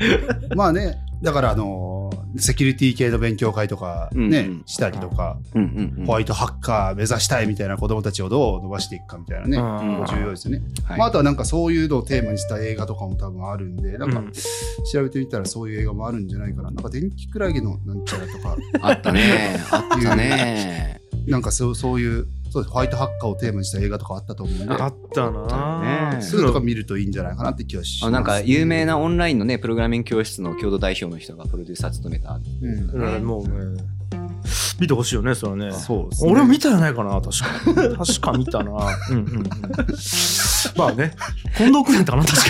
[SPEAKER 3] まあね、だからあのーセキュリティ系の勉強会とか
[SPEAKER 1] うん
[SPEAKER 3] ね、
[SPEAKER 1] うん
[SPEAKER 3] したりとか、
[SPEAKER 1] うんうんうん。
[SPEAKER 3] ホワイトハッカー目指したいみたいな子供たちをどう伸ばしていくかみたいなね、
[SPEAKER 2] うん
[SPEAKER 3] 重要ですよね。
[SPEAKER 1] はい
[SPEAKER 3] まああとはなんかそういうのをテーマにした映画とかも多分あるんで、なんか
[SPEAKER 2] うん
[SPEAKER 3] 調べてみたらそういう映画もあるんじゃないかな。なんか電気クラゲのなんちゃらとか、
[SPEAKER 1] あったね。あったね。
[SPEAKER 3] なんかそうそういうそうですホワイトハッカーをテーマにした映画とかあったと思うんで
[SPEAKER 2] あったな
[SPEAKER 1] あった
[SPEAKER 2] ぁ
[SPEAKER 1] ね
[SPEAKER 3] そういうのとか見るといいんじゃないかなって気はします
[SPEAKER 1] あなんか有名なオンラインのねプログラミング教室の共同代表の人がプロデューサー務めた
[SPEAKER 3] うん
[SPEAKER 2] うんもうね見てほしいよねそれはね
[SPEAKER 3] そうですね
[SPEAKER 2] 俺も見たらないかな確か確か見たなうんうんうんまあね近藤君だな確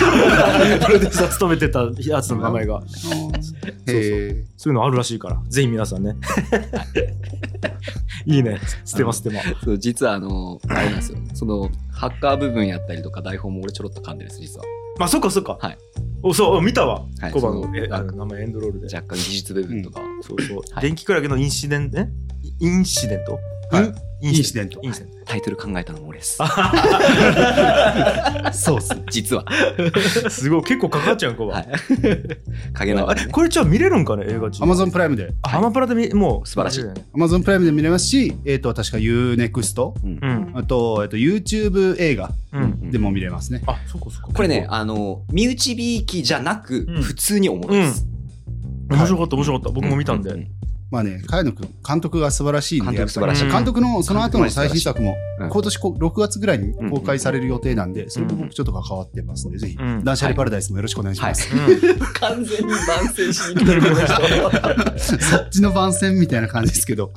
[SPEAKER 2] かプロデューサー務めてたやつの名前が
[SPEAKER 3] へ
[SPEAKER 2] そういうのあるらしいからぜひ皆さんねいいねステマステマ
[SPEAKER 1] そう実はあのあれなんですよそのハッカー部分やったりとか台本も俺ちょろっと噛んでるんです実は
[SPEAKER 2] まあそっかそっか
[SPEAKER 1] はい
[SPEAKER 2] おそう見たわ
[SPEAKER 1] はい
[SPEAKER 2] コバ
[SPEAKER 1] そ
[SPEAKER 2] の
[SPEAKER 1] の
[SPEAKER 2] えあの名前エンドロールで
[SPEAKER 1] 若干技術部分とか、
[SPEAKER 2] そうそう
[SPEAKER 1] はい
[SPEAKER 2] 電気クラゲのインシデントえインシデント
[SPEAKER 3] はい
[SPEAKER 2] インインシデント
[SPEAKER 3] イ
[SPEAKER 2] インシデント
[SPEAKER 1] タイトル考えたのも俺です
[SPEAKER 3] そうっすね
[SPEAKER 1] 実は、
[SPEAKER 2] すごい結構かかっちゃうコバ
[SPEAKER 1] はい、陰なが
[SPEAKER 2] あ
[SPEAKER 1] ら、
[SPEAKER 2] れ
[SPEAKER 1] ね、
[SPEAKER 2] これじゃあ見れるんかね映画中
[SPEAKER 3] Amazon プライムで
[SPEAKER 2] あアマプラで見もう
[SPEAKER 1] 素晴らしい
[SPEAKER 2] 見れるよね
[SPEAKER 3] Amazon プライムで見れますしえっ、と確か UNEXT
[SPEAKER 1] うん
[SPEAKER 2] うん
[SPEAKER 3] あと,、えっと YouTube 映画
[SPEAKER 2] うん
[SPEAKER 3] でも見れますね、
[SPEAKER 2] あそっかそっか
[SPEAKER 1] これねあの身内びいきじゃなく、
[SPEAKER 2] うん
[SPEAKER 1] 普通におもろいです、
[SPEAKER 2] 面白かった面白かった僕も見たん
[SPEAKER 1] う
[SPEAKER 2] で
[SPEAKER 3] まあね茅野君監督が素晴らしいんで
[SPEAKER 1] 監督素晴らしい
[SPEAKER 3] やっぱり監督のその後の最新作も
[SPEAKER 1] うん
[SPEAKER 3] 今年こう6月ぐらいに
[SPEAKER 1] うん
[SPEAKER 3] 公開される予定なんで、それと僕ちょっと関わってますので、ぜひ、
[SPEAKER 2] うん
[SPEAKER 3] 断捨離パラダイスもよろしくお願いします。
[SPEAKER 2] うん
[SPEAKER 1] 完全に万世しに来てるこの人
[SPEAKER 3] そっちの番宣みたいな感じですけ ど、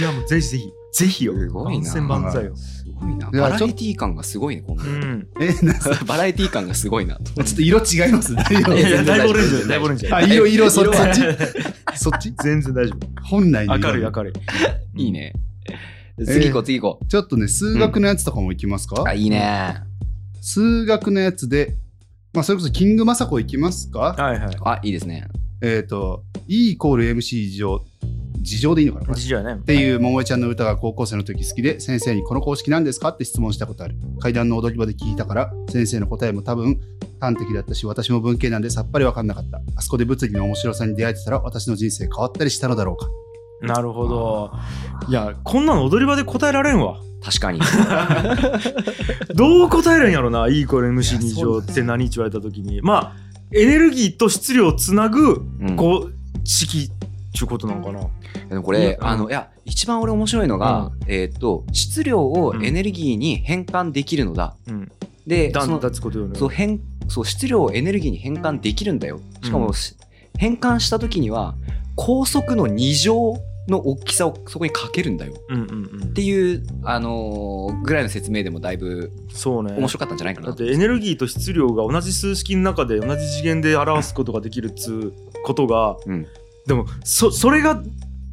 [SPEAKER 2] いやもうぜひぜひぜひよ
[SPEAKER 1] すごいな
[SPEAKER 2] 万千万歳よ
[SPEAKER 1] すごいない
[SPEAKER 3] や
[SPEAKER 1] バラエティー感がすごいねこんな
[SPEAKER 2] う
[SPEAKER 1] の
[SPEAKER 2] ん
[SPEAKER 3] え、なちょ
[SPEAKER 1] バラエティー感がすごいなと
[SPEAKER 3] っと色違いますね。
[SPEAKER 2] いやいや
[SPEAKER 1] 全然
[SPEAKER 2] だいぶオレン
[SPEAKER 1] 大丈
[SPEAKER 2] ジ
[SPEAKER 1] 夫
[SPEAKER 2] だいぶオレンジ
[SPEAKER 3] あ、色、色、そ
[SPEAKER 1] 色
[SPEAKER 3] そっ
[SPEAKER 1] は
[SPEAKER 3] ちそっち
[SPEAKER 2] 全然大丈
[SPEAKER 3] 本来の
[SPEAKER 2] 夫明
[SPEAKER 3] 色
[SPEAKER 2] るい明るい
[SPEAKER 1] いいね次行こう次行こ
[SPEAKER 3] ちょっとね、数学のやつとかもいきますか、
[SPEAKER 1] うあいいね
[SPEAKER 3] 数学のやつで、まあ、それこそキングマサコいきますか
[SPEAKER 2] はいはい
[SPEAKER 1] あいいですね
[SPEAKER 3] えっ、と、E イコール MC 事情、事情でいいのかなこれ
[SPEAKER 2] じゃね
[SPEAKER 3] っていう桃江ちゃんの歌が高校生の時好きで先生にこの公式なんですかって質問したことある階段の踊り場で聞いたから先生の答えも多分端的だったし私も文系なんでさっぱり分かんなかったあそこで物理の面白さに出会えてたら私の人生変わったりしたのだろうか
[SPEAKER 2] なるほどいやこんなの踊り場で答えられんわ
[SPEAKER 1] 確 かに
[SPEAKER 2] どう答えるんやろな E イコール MC2 乗って何って言われた時にまあエネルギーと質量をつなぐ
[SPEAKER 1] うん
[SPEAKER 2] こう式っていうことなのかな
[SPEAKER 1] でもこ
[SPEAKER 2] い
[SPEAKER 1] れ
[SPEAKER 2] や、うん
[SPEAKER 1] あの、いや、一番俺面白いのが、えーっと、質量をエネルギーに変換できるのだ。
[SPEAKER 2] うん
[SPEAKER 1] で、
[SPEAKER 2] だ
[SPEAKER 1] そ
[SPEAKER 2] ん
[SPEAKER 1] の
[SPEAKER 2] だつことよね
[SPEAKER 1] そう変そう、質量をエネルギーに変換できるんだよ。しかも、
[SPEAKER 2] うん
[SPEAKER 1] し変換した時には、高速の2乗の大きさをそこにかけるんだよ。っ
[SPEAKER 2] うんうんうん
[SPEAKER 1] ていう、あのーぐらいの説明でもだいぶ
[SPEAKER 2] そうね
[SPEAKER 1] 面白かったんじゃないか
[SPEAKER 2] だ
[SPEAKER 1] な
[SPEAKER 2] っ。てエネルギーと質量が同じ数式の中で同じ次元で表すことができるっつうことが、
[SPEAKER 1] うん
[SPEAKER 2] でもそそれが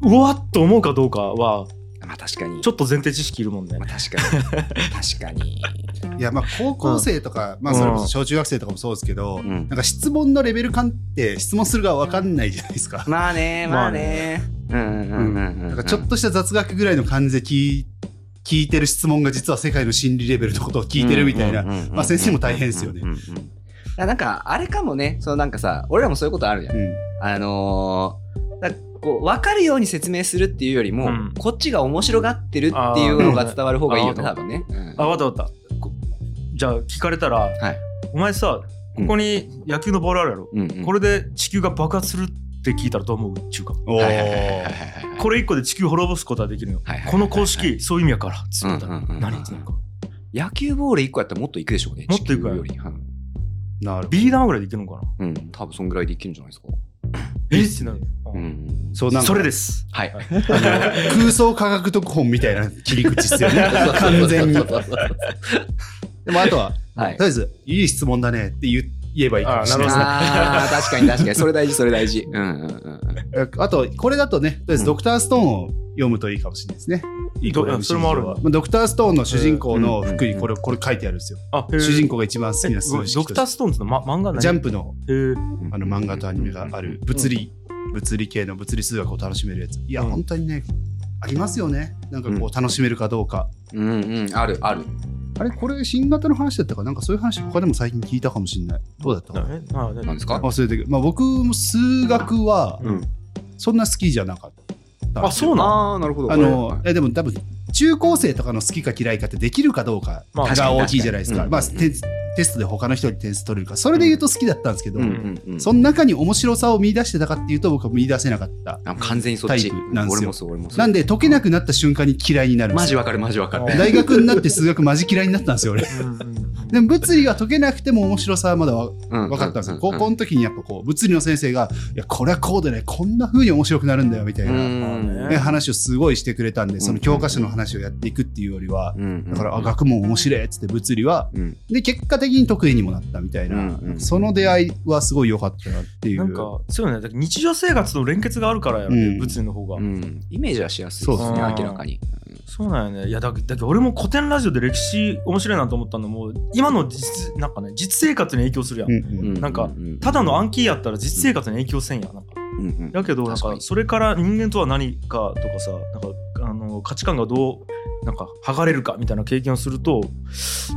[SPEAKER 2] うわっと思うかどうかは
[SPEAKER 1] まあ確かに。
[SPEAKER 2] ちょっと前提知識いるもんね
[SPEAKER 1] まあ確かに。確か に。
[SPEAKER 3] いやまあ高校生とか、まあそれこそ小中学生とかもそうですけど、
[SPEAKER 1] うん
[SPEAKER 3] なんか質問のレベル感って質問する側分かんないじゃないですか、
[SPEAKER 1] まあね、まあね。うんうんうんうんうん。
[SPEAKER 3] なんかちょっとした雑学ぐらいの感じで聞い聞いてる質問が実は世界の心理レベルのことを聞いてるみたいな、
[SPEAKER 1] うんうんうんうんうん
[SPEAKER 3] まあ先生も大変ですよね
[SPEAKER 1] うんうんうんうんいやなんかあれかもねそのなんかさ俺らもそういうことあるじゃん、
[SPEAKER 3] うん
[SPEAKER 1] あのーだこう分かるように説明するっていうよりも、
[SPEAKER 2] うん
[SPEAKER 1] こっちが面白がってるっていうのが
[SPEAKER 2] あー
[SPEAKER 1] 伝わる方がいいよね
[SPEAKER 2] あー
[SPEAKER 1] 多分ね、うん
[SPEAKER 2] あわかったわかったこじゃあ聞かれたら、
[SPEAKER 1] い
[SPEAKER 2] お前さここに野球のボールあるやろ、
[SPEAKER 1] うんうん
[SPEAKER 2] これで地球が爆発するって聞いたらどう思うっちゅうか
[SPEAKER 3] お
[SPEAKER 1] は
[SPEAKER 3] ー
[SPEAKER 1] いはいはいはいはいはい
[SPEAKER 2] これ一個で地球滅ぼすことはできるよ、
[SPEAKER 1] はいはいはいはい
[SPEAKER 2] この公式そういう意味やからっつうことだ
[SPEAKER 1] うんうんうんうん
[SPEAKER 2] 何ってなんか
[SPEAKER 1] 野球ボール1個やったらもっといくでしょうね
[SPEAKER 2] もっといくわ
[SPEAKER 1] 地球よりうん
[SPEAKER 3] なるほど
[SPEAKER 2] ビー玉ぐらいでいけるのか
[SPEAKER 1] う
[SPEAKER 2] な
[SPEAKER 1] ん、多分そんぐらいでいけるんじゃないですか、
[SPEAKER 2] えってなる
[SPEAKER 1] うんうん
[SPEAKER 3] そうなんか
[SPEAKER 2] それです
[SPEAKER 1] はい。
[SPEAKER 3] 空想科学読本みたいな切り口ですよね 完全に
[SPEAKER 1] そ。うそうそうそう
[SPEAKER 3] でもあとは、
[SPEAKER 1] は
[SPEAKER 3] と
[SPEAKER 1] い
[SPEAKER 3] りあえず、いい質問だねって言う言えばいいかもしれないですね
[SPEAKER 1] あー確かに確かにそれ大事それ大事うんうんうん
[SPEAKER 3] えあと、これだとね、とりあえず、ドクターストーンを読むといいかもしれないですね。いい
[SPEAKER 2] ど
[SPEAKER 3] 子だね
[SPEAKER 2] それもあるわ
[SPEAKER 3] まドクターストーンの主人公の
[SPEAKER 1] うん
[SPEAKER 3] 服にこれ、これ書いてあるんですよ。
[SPEAKER 2] あ
[SPEAKER 3] 主人
[SPEAKER 2] 公
[SPEAKER 3] 公が一番好きな数式
[SPEAKER 2] ド
[SPEAKER 3] と
[SPEAKER 2] ク
[SPEAKER 3] し
[SPEAKER 2] ター
[SPEAKER 3] て。
[SPEAKER 2] ストーンズの、ま、漫画何
[SPEAKER 3] ジャンプの
[SPEAKER 2] へー
[SPEAKER 1] うん
[SPEAKER 3] あの漫画とアニメがある、物理、物理系の物理数学を楽しめるやつ。いや、
[SPEAKER 2] うん
[SPEAKER 3] 本当にね、ありますよね。なんかこ
[SPEAKER 1] うん
[SPEAKER 3] う、楽しめるかどうか。
[SPEAKER 1] うんうんあるある
[SPEAKER 3] あれこれ新型の話だったかなんかそういう話他でも最近聞いたかもしれない。どうだったかな
[SPEAKER 2] えあ何
[SPEAKER 1] なんですか
[SPEAKER 3] 忘れてる。まあ僕も数学は
[SPEAKER 2] うん
[SPEAKER 3] そんな好きじゃなかった。
[SPEAKER 2] あそうな
[SPEAKER 1] ああーなるほど
[SPEAKER 3] あ
[SPEAKER 1] はい
[SPEAKER 3] の、えでも多分中高生とかの好きか嫌いかってできるかどうか
[SPEAKER 2] まあ
[SPEAKER 3] が大きいじゃないです
[SPEAKER 1] う
[SPEAKER 3] か。
[SPEAKER 1] ん
[SPEAKER 3] まあてテストで他の人より点数取れるかそれで言うと好きだったんですけど、
[SPEAKER 1] うんうんうん
[SPEAKER 3] その中に面白さを見出してたかっていうと僕は見出せなかった
[SPEAKER 1] あ完全にそっち
[SPEAKER 3] タイプなんですよ
[SPEAKER 1] 俺もそう俺もそう
[SPEAKER 3] なんで解けなくなった瞬間に嫌いになるんで
[SPEAKER 1] マ
[SPEAKER 3] す
[SPEAKER 1] ジ
[SPEAKER 3] よ
[SPEAKER 1] わかるマジわかる
[SPEAKER 2] あ
[SPEAKER 3] 大学になって数学マジ嫌いになったんですよ 俺でも物理は解けなくても面白さはまだわ
[SPEAKER 1] 分
[SPEAKER 3] 分かったんですよ高校の時にやっぱこう物理の先生が「いやこれはこうでねこんな風に面白くなるんだよ」みたいな、
[SPEAKER 1] うん
[SPEAKER 3] ね話をすごいしてくれたんで
[SPEAKER 1] ん
[SPEAKER 3] その教科書の話をやっていくっていうよりは
[SPEAKER 1] うん
[SPEAKER 3] だからあ学問面白いっつって物理は
[SPEAKER 1] うん
[SPEAKER 3] で結果的に得意にもなったみたいな、
[SPEAKER 1] うんうん
[SPEAKER 3] その出会いはすごい良かったなっていう
[SPEAKER 2] なんかそうよねだから日常生活との連結があるからやろ、
[SPEAKER 3] うん
[SPEAKER 2] 物理の方が、
[SPEAKER 1] うんイメージはしやすいです
[SPEAKER 3] そう
[SPEAKER 1] ね
[SPEAKER 2] ですね
[SPEAKER 1] 明らかに
[SPEAKER 2] そうなんよねいやだけだけど俺も古典ラジオで歴史面白いなと思ったのも今の実なんかね実生活に影響するやん、
[SPEAKER 3] うんうん
[SPEAKER 2] なんか
[SPEAKER 1] うん
[SPEAKER 2] ただの暗記やったら実生活に影響せんやんなんか
[SPEAKER 1] うんうん
[SPEAKER 2] だけどなん
[SPEAKER 1] 確か
[SPEAKER 2] か
[SPEAKER 1] に
[SPEAKER 2] それから人間とは何かとかさなんかあの価値観がどうなんか剥がれるかみたいな経験をすると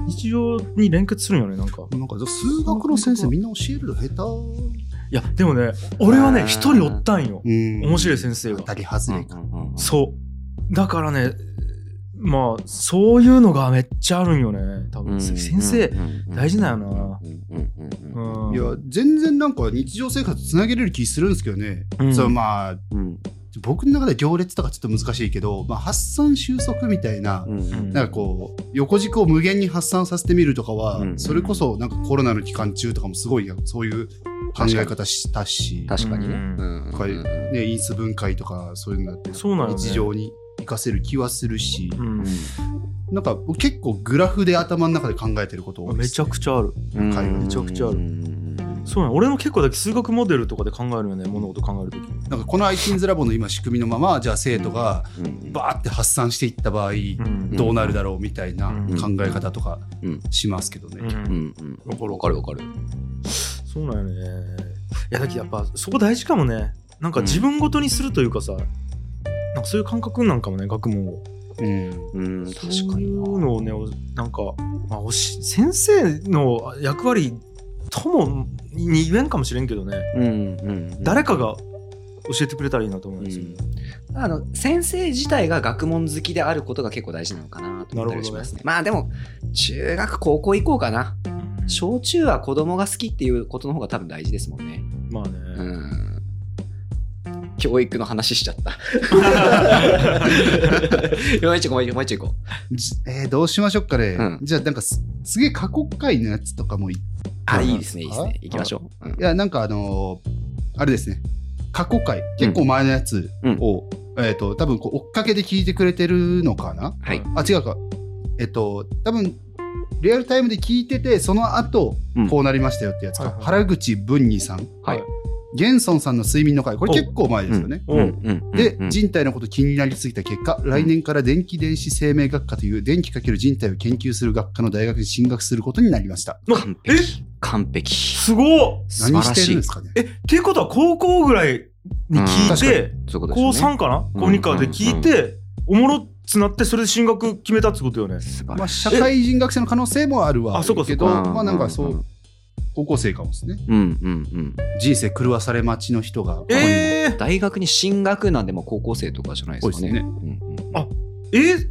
[SPEAKER 2] 日常に連結するんよねなんか
[SPEAKER 3] なんか数学の先生みんな教えるの下手
[SPEAKER 2] いやでもね俺は
[SPEAKER 1] あ
[SPEAKER 2] ね
[SPEAKER 1] ー
[SPEAKER 2] 一人おったんよ
[SPEAKER 3] うん
[SPEAKER 2] 面白い先生
[SPEAKER 3] 当た
[SPEAKER 2] が
[SPEAKER 3] り外れか、
[SPEAKER 2] そうだからねまあそういうのがめっちゃあるんよね多分先生大事だよなうん
[SPEAKER 3] いや全然なんか日常生活つなげれる気するんですけどね、
[SPEAKER 2] うん
[SPEAKER 3] そのまあ
[SPEAKER 1] うん
[SPEAKER 3] 僕の中で行列とかちょっと難しいけど、まあ、発散収束みたいな、
[SPEAKER 1] うんうん
[SPEAKER 3] なんかこう横軸を無限に発散させてみるとかは、
[SPEAKER 1] うん
[SPEAKER 3] それこそなんかコロナの期間中とかもすごいそういう考え方したし、
[SPEAKER 1] 確かにね
[SPEAKER 2] うん
[SPEAKER 1] うん
[SPEAKER 3] これね、因数分解とかそういうのだって
[SPEAKER 2] そうなのよね
[SPEAKER 3] 日常に活かせる気はするし、
[SPEAKER 2] うん
[SPEAKER 3] なんか僕結構グラフで頭の中で考えてること多いで
[SPEAKER 2] め
[SPEAKER 3] す
[SPEAKER 2] ちゃくちゃある
[SPEAKER 1] うん
[SPEAKER 3] 会話
[SPEAKER 2] めちゃくちゃある
[SPEAKER 1] うん
[SPEAKER 2] そうなの俺も結構だけ数学モデルとかで考えるよね物事考えるときに
[SPEAKER 3] なんかこの iTunes ラボの今仕組みのままじゃあ生徒が
[SPEAKER 1] うん
[SPEAKER 3] バーって発散していった場合、
[SPEAKER 2] うん
[SPEAKER 3] どうなるだろうみたいな考え方とか
[SPEAKER 1] うん
[SPEAKER 3] しますけどね。
[SPEAKER 1] う
[SPEAKER 2] うん
[SPEAKER 1] んうんわかるわかる
[SPEAKER 2] そうなんよねいやだけどやっぱそこ大事かもねなんか自分ごとにするというかさなんかそういう感覚なんかもね学問を
[SPEAKER 3] うん
[SPEAKER 1] うん確
[SPEAKER 2] そう
[SPEAKER 1] か
[SPEAKER 2] い
[SPEAKER 1] に
[SPEAKER 2] う
[SPEAKER 1] な
[SPEAKER 2] のをねおなんか、まあ、おし先生の役割ともに言えんかもしれんけどね、
[SPEAKER 1] うんうん
[SPEAKER 2] 誰かが教えてくれたらいいなと思うんですよ、ね
[SPEAKER 1] あの先生自体が学問好きであることが結構大事なのかなと思ったりしますね。まあでも中学高校以降かな小中は子供が好きっていうことの方が多分大事ですもんね。
[SPEAKER 2] まあね、
[SPEAKER 1] うん教育の話しちゃった。もう一個もう一個もう一個行こう。
[SPEAKER 3] じえーどうしましょうかね、
[SPEAKER 1] うん
[SPEAKER 3] じゃあなんかすすげえ過去回のやつとかもいい
[SPEAKER 1] あ
[SPEAKER 3] あ
[SPEAKER 1] いいですねいいです
[SPEAKER 3] あ
[SPEAKER 1] ね行きましょう。うん
[SPEAKER 3] いやなんかあのーあれですね過去回結構前のやつを、えっ、と多分こう追っかけで聞いてくれてるのかな
[SPEAKER 1] はい。
[SPEAKER 3] あ違うかえっ、と多分リアルタイムで聞いててその後
[SPEAKER 1] うん
[SPEAKER 3] こうなりましたよってやつか、
[SPEAKER 2] はいはい
[SPEAKER 3] 原口文二さん
[SPEAKER 1] はい。
[SPEAKER 3] ゲンソンさんの睡眠の回これ結構前ですよね、
[SPEAKER 2] うん
[SPEAKER 1] うん
[SPEAKER 3] で、
[SPEAKER 1] うん
[SPEAKER 3] 人体のこと気になりすぎた結果、来年から電気電子生命学科という電気かける人体を研究する学科の大学に進学することになりました。
[SPEAKER 2] ま
[SPEAKER 1] 完
[SPEAKER 2] え
[SPEAKER 1] 璧完璧素
[SPEAKER 2] すごっ
[SPEAKER 1] 晴ら
[SPEAKER 3] 何して
[SPEAKER 1] し
[SPEAKER 3] る
[SPEAKER 1] い
[SPEAKER 3] んですかね
[SPEAKER 2] えっていうことは高校ぐらいに聞いて、
[SPEAKER 1] そういうこと
[SPEAKER 2] 高
[SPEAKER 1] ですよね。
[SPEAKER 2] 3かな、
[SPEAKER 1] うん
[SPEAKER 2] 高2かで聞いて、おもろっつなってそれで進学決めたってことよね
[SPEAKER 1] 素晴
[SPEAKER 3] ま
[SPEAKER 1] ら
[SPEAKER 3] あ、
[SPEAKER 1] しい。
[SPEAKER 3] 社会人学生の可能性もあるわ。
[SPEAKER 2] あそうか
[SPEAKER 3] け
[SPEAKER 2] そう
[SPEAKER 3] ど、
[SPEAKER 2] か
[SPEAKER 3] まあなんかそう、高校生かもですね。
[SPEAKER 1] うんうんうん。
[SPEAKER 3] 人生狂わされ待ちの人が、
[SPEAKER 2] えー、
[SPEAKER 1] 大学に進学なんでもう高校生とかじゃないですかね。
[SPEAKER 3] そうです
[SPEAKER 1] うんうん
[SPEAKER 2] あえー、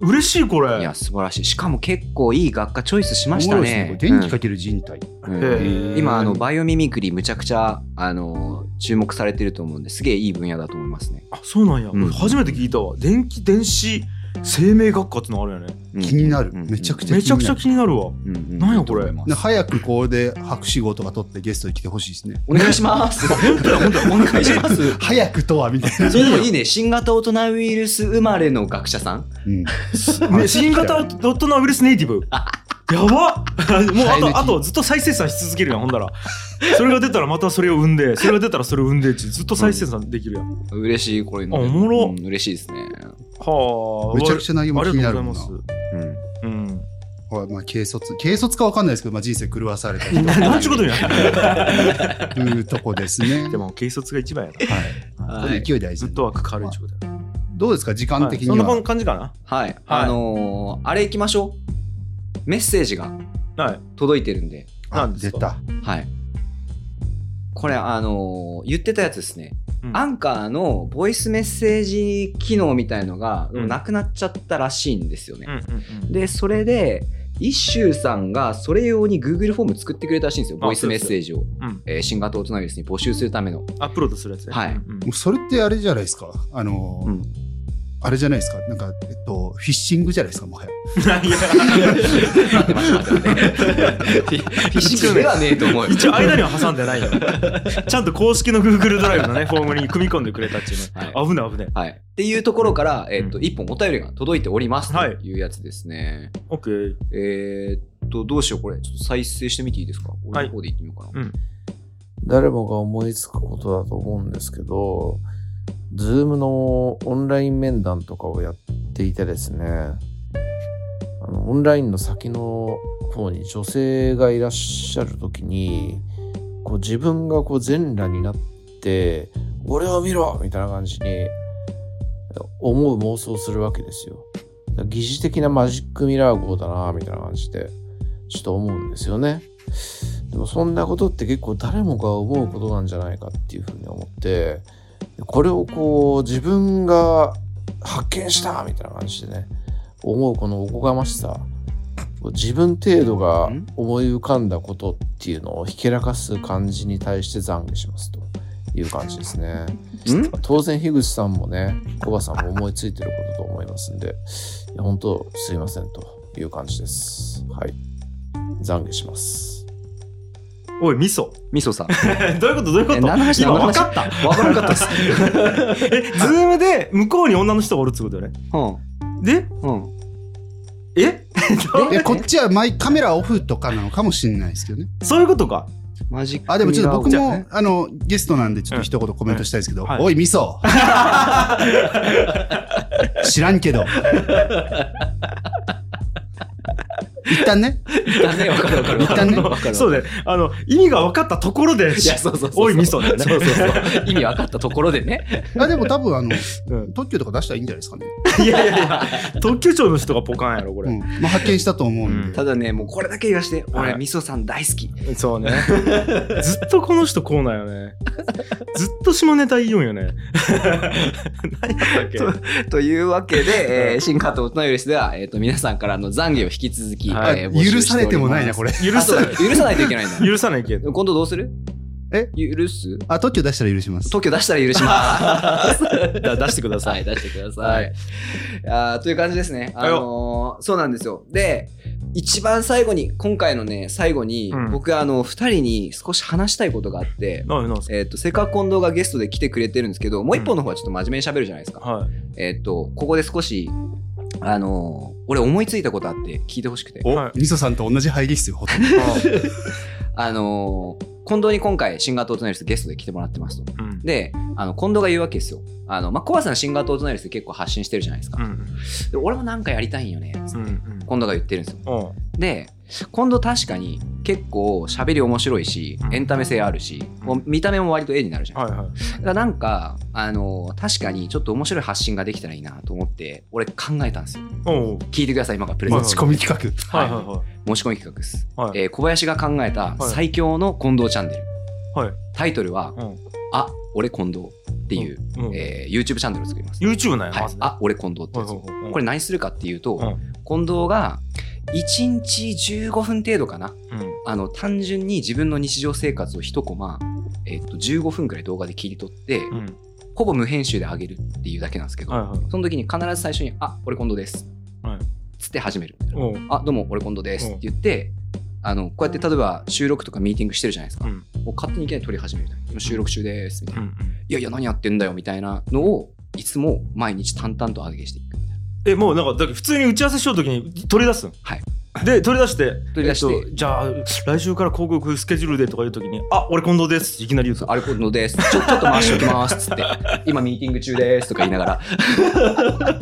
[SPEAKER 2] 嬉しいこれ
[SPEAKER 1] いや素晴らしいしかも結構いい学科チョイスしました
[SPEAKER 3] おもろいです
[SPEAKER 1] ね
[SPEAKER 3] これ電気かける人体。
[SPEAKER 1] うん
[SPEAKER 2] へ
[SPEAKER 1] うん
[SPEAKER 2] ー
[SPEAKER 1] 今あのバイオミミクリむちゃくちゃあの注目されてると思うんですげえいい分野だと思いますね、
[SPEAKER 2] あそうなんや、
[SPEAKER 1] うん
[SPEAKER 2] 俺初めて聞いたわ電気電子生命学科ってのあるよね
[SPEAKER 1] うん
[SPEAKER 3] 気になる。
[SPEAKER 1] うん
[SPEAKER 3] めちゃくちゃ気にな
[SPEAKER 2] め
[SPEAKER 3] る。
[SPEAKER 2] ちゃくちゃ気になるわ
[SPEAKER 1] うんうん
[SPEAKER 2] なんやこれ
[SPEAKER 1] いいと思い
[SPEAKER 3] で
[SPEAKER 1] ます
[SPEAKER 3] 早くこれで博士号とか取ってゲストに来てほしいですね。
[SPEAKER 1] お願いします本当だ本当だお願いします
[SPEAKER 3] 早くとはみたい な。
[SPEAKER 1] それでもいいね新型大人ウイルス生まれの学者さん
[SPEAKER 3] うん
[SPEAKER 2] ね新型ドットナウイルスネイティ ブやばもうあ
[SPEAKER 3] 生え抜き
[SPEAKER 2] とあとずっと再生産し続けるやんほんだらそれが出たらまたそれを生ん でそれが出たらそれを生んでってずっと再生産できるやん、は
[SPEAKER 1] 嬉しいこれの
[SPEAKER 2] あおもろ
[SPEAKER 1] うん嬉しいですね
[SPEAKER 2] あ
[SPEAKER 3] めちゃくちゃ内容も
[SPEAKER 2] あ
[SPEAKER 3] 気
[SPEAKER 2] り
[SPEAKER 3] に
[SPEAKER 2] が
[SPEAKER 3] な
[SPEAKER 2] と
[SPEAKER 3] る
[SPEAKER 2] う
[SPEAKER 3] も
[SPEAKER 2] ご
[SPEAKER 3] ん
[SPEAKER 2] ざ
[SPEAKER 3] ない
[SPEAKER 2] ます
[SPEAKER 1] うん
[SPEAKER 2] うん
[SPEAKER 3] はいまあ、軽率。軽率かわかんないですけど、まあ、人生狂わされたり
[SPEAKER 2] ななんちゅうことにや
[SPEAKER 3] というとこですね。
[SPEAKER 2] でも軽率が一番やな
[SPEAKER 3] はい。
[SPEAKER 1] はい
[SPEAKER 3] これ勢い大事
[SPEAKER 2] ずっ。とは軽いちゅうことやな
[SPEAKER 3] どうですか時間的に
[SPEAKER 2] そん
[SPEAKER 3] は。
[SPEAKER 2] な感じか
[SPEAKER 1] はい、あのーあれ行きましょうメッセージが
[SPEAKER 2] なはい
[SPEAKER 1] 届いてるんで
[SPEAKER 3] あ
[SPEAKER 2] なんで
[SPEAKER 3] 出
[SPEAKER 2] すか
[SPEAKER 3] た。
[SPEAKER 1] はい。これ、あのー言ってたやつですね。
[SPEAKER 2] うん
[SPEAKER 1] アンカーのボイスメッセージ機能みたいのが、
[SPEAKER 2] うん
[SPEAKER 1] なくなっちゃったらしいんですよ
[SPEAKER 2] うん
[SPEAKER 1] ね。
[SPEAKER 2] うんうん
[SPEAKER 1] で、それで、一周さんがそれ用に Google フォーム作ってくれたらしいんですよ、
[SPEAKER 2] あ
[SPEAKER 1] ボイスメッセージを、
[SPEAKER 2] うん
[SPEAKER 1] えー新型大人ウイルスに募集するための。
[SPEAKER 2] アップロードするやつね
[SPEAKER 1] はい
[SPEAKER 2] うん
[SPEAKER 3] もうそれってあれじゃないですか。あのー
[SPEAKER 1] うん
[SPEAKER 3] あれじゃないですか。なんか、えっと、フィッシングじゃないですか、もはや。
[SPEAKER 2] いや
[SPEAKER 1] 待って待って待 ってフィッシングではねえと思うよ。
[SPEAKER 2] 一応間には挟んでないよ。ちゃんと公式の Google ドライブのね、フォームに組み込んでくれたっていうの。危ない危ない。
[SPEAKER 1] はい、っていうところから、えっと
[SPEAKER 2] う
[SPEAKER 1] 1本お便りが届いておりますと
[SPEAKER 2] はい
[SPEAKER 1] いうやつですね。
[SPEAKER 2] OK。
[SPEAKER 1] えーっと、どうしよう、これ、ちょっと再生してみていいですか俺の方で行ってみようかな。
[SPEAKER 4] 誰もが思いつくことだと思うんですけど、Zoom のオンライン面談とかをやっていてですね、あのオンラインの先の方に女性がいらっしゃるときに、こう自分がこう全裸になって、俺を見ろみたいな感じに思う妄想をするわけですよ。だから疑似的なマジックミラー号だなみたいな感じで、ちょっと思うんですよね。でもそんなことって結構誰もが思うことなんじゃないかっていうふうに思ってこれをこう自分が発見したみたいな感じでね思うこのおこがましさこう自分程度が思い浮かんだことっていうのをひけらかす感じに対して懺悔しますという感じですね。
[SPEAKER 1] ん
[SPEAKER 4] 当然樋口さんもねコバさんも思いついてることと思いますんでいや本当すいませんという感じです。はい懺悔します。
[SPEAKER 2] おい、ミソ。
[SPEAKER 1] みそさん。
[SPEAKER 2] どういうことどういうこ
[SPEAKER 1] え
[SPEAKER 2] と
[SPEAKER 1] 何の話
[SPEAKER 2] 今
[SPEAKER 1] 何の
[SPEAKER 2] 分
[SPEAKER 1] 話
[SPEAKER 2] かった。
[SPEAKER 1] わからなかったです。
[SPEAKER 2] え、ズームで向こうに女の人がおるってことよね。
[SPEAKER 1] う
[SPEAKER 2] で、
[SPEAKER 1] ん。 うん。
[SPEAKER 2] えどう
[SPEAKER 3] で、こっちはマイカメラオフとかなのかもしれないですけどね。
[SPEAKER 2] そういうことか。
[SPEAKER 1] マジック
[SPEAKER 3] あ、でもちょっと僕
[SPEAKER 1] ミラー
[SPEAKER 3] も、あの、ゲストなんで、ちょっと一言コメントしたいですけど、
[SPEAKER 2] うんはい
[SPEAKER 3] おい、味 噌知らんけど。一旦ね、
[SPEAKER 1] をだね、わかるわかる。
[SPEAKER 3] 一旦ね
[SPEAKER 2] あの
[SPEAKER 1] わかる
[SPEAKER 2] そうだよ。あの、意味が分かったところで、
[SPEAKER 1] いや、そうそうそうそう。
[SPEAKER 2] おい、ミソだよね。
[SPEAKER 1] そうそうそう。意味分かったところでね。
[SPEAKER 3] あでも多分あの、
[SPEAKER 2] うん
[SPEAKER 3] 特許とか出したらいいんじゃないですかね。
[SPEAKER 2] いやいやいや、特許庁の人がポカンやろ、こ
[SPEAKER 3] う
[SPEAKER 2] れ。
[SPEAKER 3] んまあ、発見したと思うんで。
[SPEAKER 1] ただね、もうこれだけ言わして、
[SPEAKER 2] はい
[SPEAKER 1] 俺、みそさん大好き。
[SPEAKER 2] そうね。 ずっとこの人こうなんよね。ずっと下ネタ言いよんよね。何やったっ
[SPEAKER 1] というわけで、えー、新加藤のよりすでは、えっ、と、皆さんからの懺悔を引き続き、
[SPEAKER 2] はい
[SPEAKER 1] えー
[SPEAKER 3] 許されてもないな、これ。
[SPEAKER 2] け許
[SPEAKER 1] 許さ
[SPEAKER 2] さ
[SPEAKER 1] ない。許さないといけないんだ。
[SPEAKER 2] 許さないけど。
[SPEAKER 1] 今度どうする
[SPEAKER 3] え
[SPEAKER 1] 許す
[SPEAKER 3] あ、特許出したら許します。
[SPEAKER 1] 特許出したら許します。
[SPEAKER 2] だ出してください。
[SPEAKER 1] はい、出してください。あーという感じですね。あ
[SPEAKER 2] はい
[SPEAKER 1] のーそうなんですよ。で、一番最後に、今回のね、最後に、
[SPEAKER 2] うん
[SPEAKER 1] 僕、あの、二人に少し話したいことがあって、
[SPEAKER 2] なんでなんです
[SPEAKER 1] えっ、と、せっかく近藤がゲストで来てくれてるんですけど、もう一本の方はちょっと真面目に喋るじゃないですか。
[SPEAKER 2] かはい。
[SPEAKER 1] えっ、と、ここで少し、あのー俺思いついたことあって聞いてほしくて。
[SPEAKER 3] お
[SPEAKER 2] はい
[SPEAKER 3] 味噌さんと同じ入りっすよ、ほとん ど。
[SPEAKER 1] あのー近藤に今回、新型オートナイルスゲストで来てもらってますと。
[SPEAKER 2] うん
[SPEAKER 1] で、あの近藤が言うわけですよ。あのまあ、コアさん、新型オートナイルスで結構発信してるじゃないですか。
[SPEAKER 2] うん
[SPEAKER 1] で俺もなんかやりたいんよね。
[SPEAKER 2] うんうん
[SPEAKER 1] 近藤が言ってるんですよ。
[SPEAKER 2] おう
[SPEAKER 1] で、近藤確かに結構喋り面白いし
[SPEAKER 2] う、ん
[SPEAKER 1] エンタメ性あるし、
[SPEAKER 2] うん
[SPEAKER 1] もう見た目も割と絵になるじゃない
[SPEAKER 2] はい
[SPEAKER 1] ですか。
[SPEAKER 2] はい。
[SPEAKER 1] だからなんか、あのー確かにちょっと面白い発信ができたらいいなと思って、俺考えたんですよ。
[SPEAKER 2] おう
[SPEAKER 1] 聞いてください、今からプレゼン
[SPEAKER 3] 持
[SPEAKER 1] ト
[SPEAKER 3] ち込み企画。
[SPEAKER 2] はいはいは
[SPEAKER 1] 申し込み企画です。
[SPEAKER 2] い。はい。
[SPEAKER 1] えー小林が考えた最強の近藤チャンネル。
[SPEAKER 2] はい
[SPEAKER 1] タイトルは、
[SPEAKER 2] うん
[SPEAKER 1] あ、俺近藤っていう、
[SPEAKER 2] うん
[SPEAKER 1] えー YouTube チャンネルを作ります。
[SPEAKER 2] YouTube なんや、
[SPEAKER 1] はい
[SPEAKER 2] まず、ね。
[SPEAKER 1] あ、俺近藤ってやつ。こ
[SPEAKER 2] こ
[SPEAKER 1] れ、何するかっていうと、
[SPEAKER 2] うん
[SPEAKER 1] 近藤が1日15分程度かな。
[SPEAKER 2] うん
[SPEAKER 1] あの、単純に自分の日常生活を一コマ、えっと、15分くらい動画で切り取って、
[SPEAKER 2] うん。
[SPEAKER 1] ほぼ無編集で上げるっていうだけなんですけど、
[SPEAKER 2] はいはい。
[SPEAKER 1] その時に必ず最初に、あ、俺近藤です。
[SPEAKER 2] はい
[SPEAKER 1] つって始める。
[SPEAKER 2] おう
[SPEAKER 1] あ、どうも、俺今度ですって言って、あの、こうやって例えば収録とかミーティングしてるじゃないですか。
[SPEAKER 2] うん
[SPEAKER 1] もう勝手にいきなり撮り始めるみたいな。今収録中です、みたいうな。
[SPEAKER 2] んう
[SPEAKER 1] い
[SPEAKER 2] ん
[SPEAKER 1] やいや、何やってんだよ、みたいなのを、いつも毎日淡々と上げしていく。
[SPEAKER 2] え、もうなんか、だから普通に打ち合わせしようときに取り出すの
[SPEAKER 1] はい。
[SPEAKER 2] で、取り出して、
[SPEAKER 1] 取り出して
[SPEAKER 2] えっとじゃあ、来週から広告スケジュールでとか言うときに、あ、俺近藤ですっていきなり言うと。
[SPEAKER 1] あれ今度です。ちょ、ちょっと回しておきます、つって。 今ミーティング中です、とか言いながら。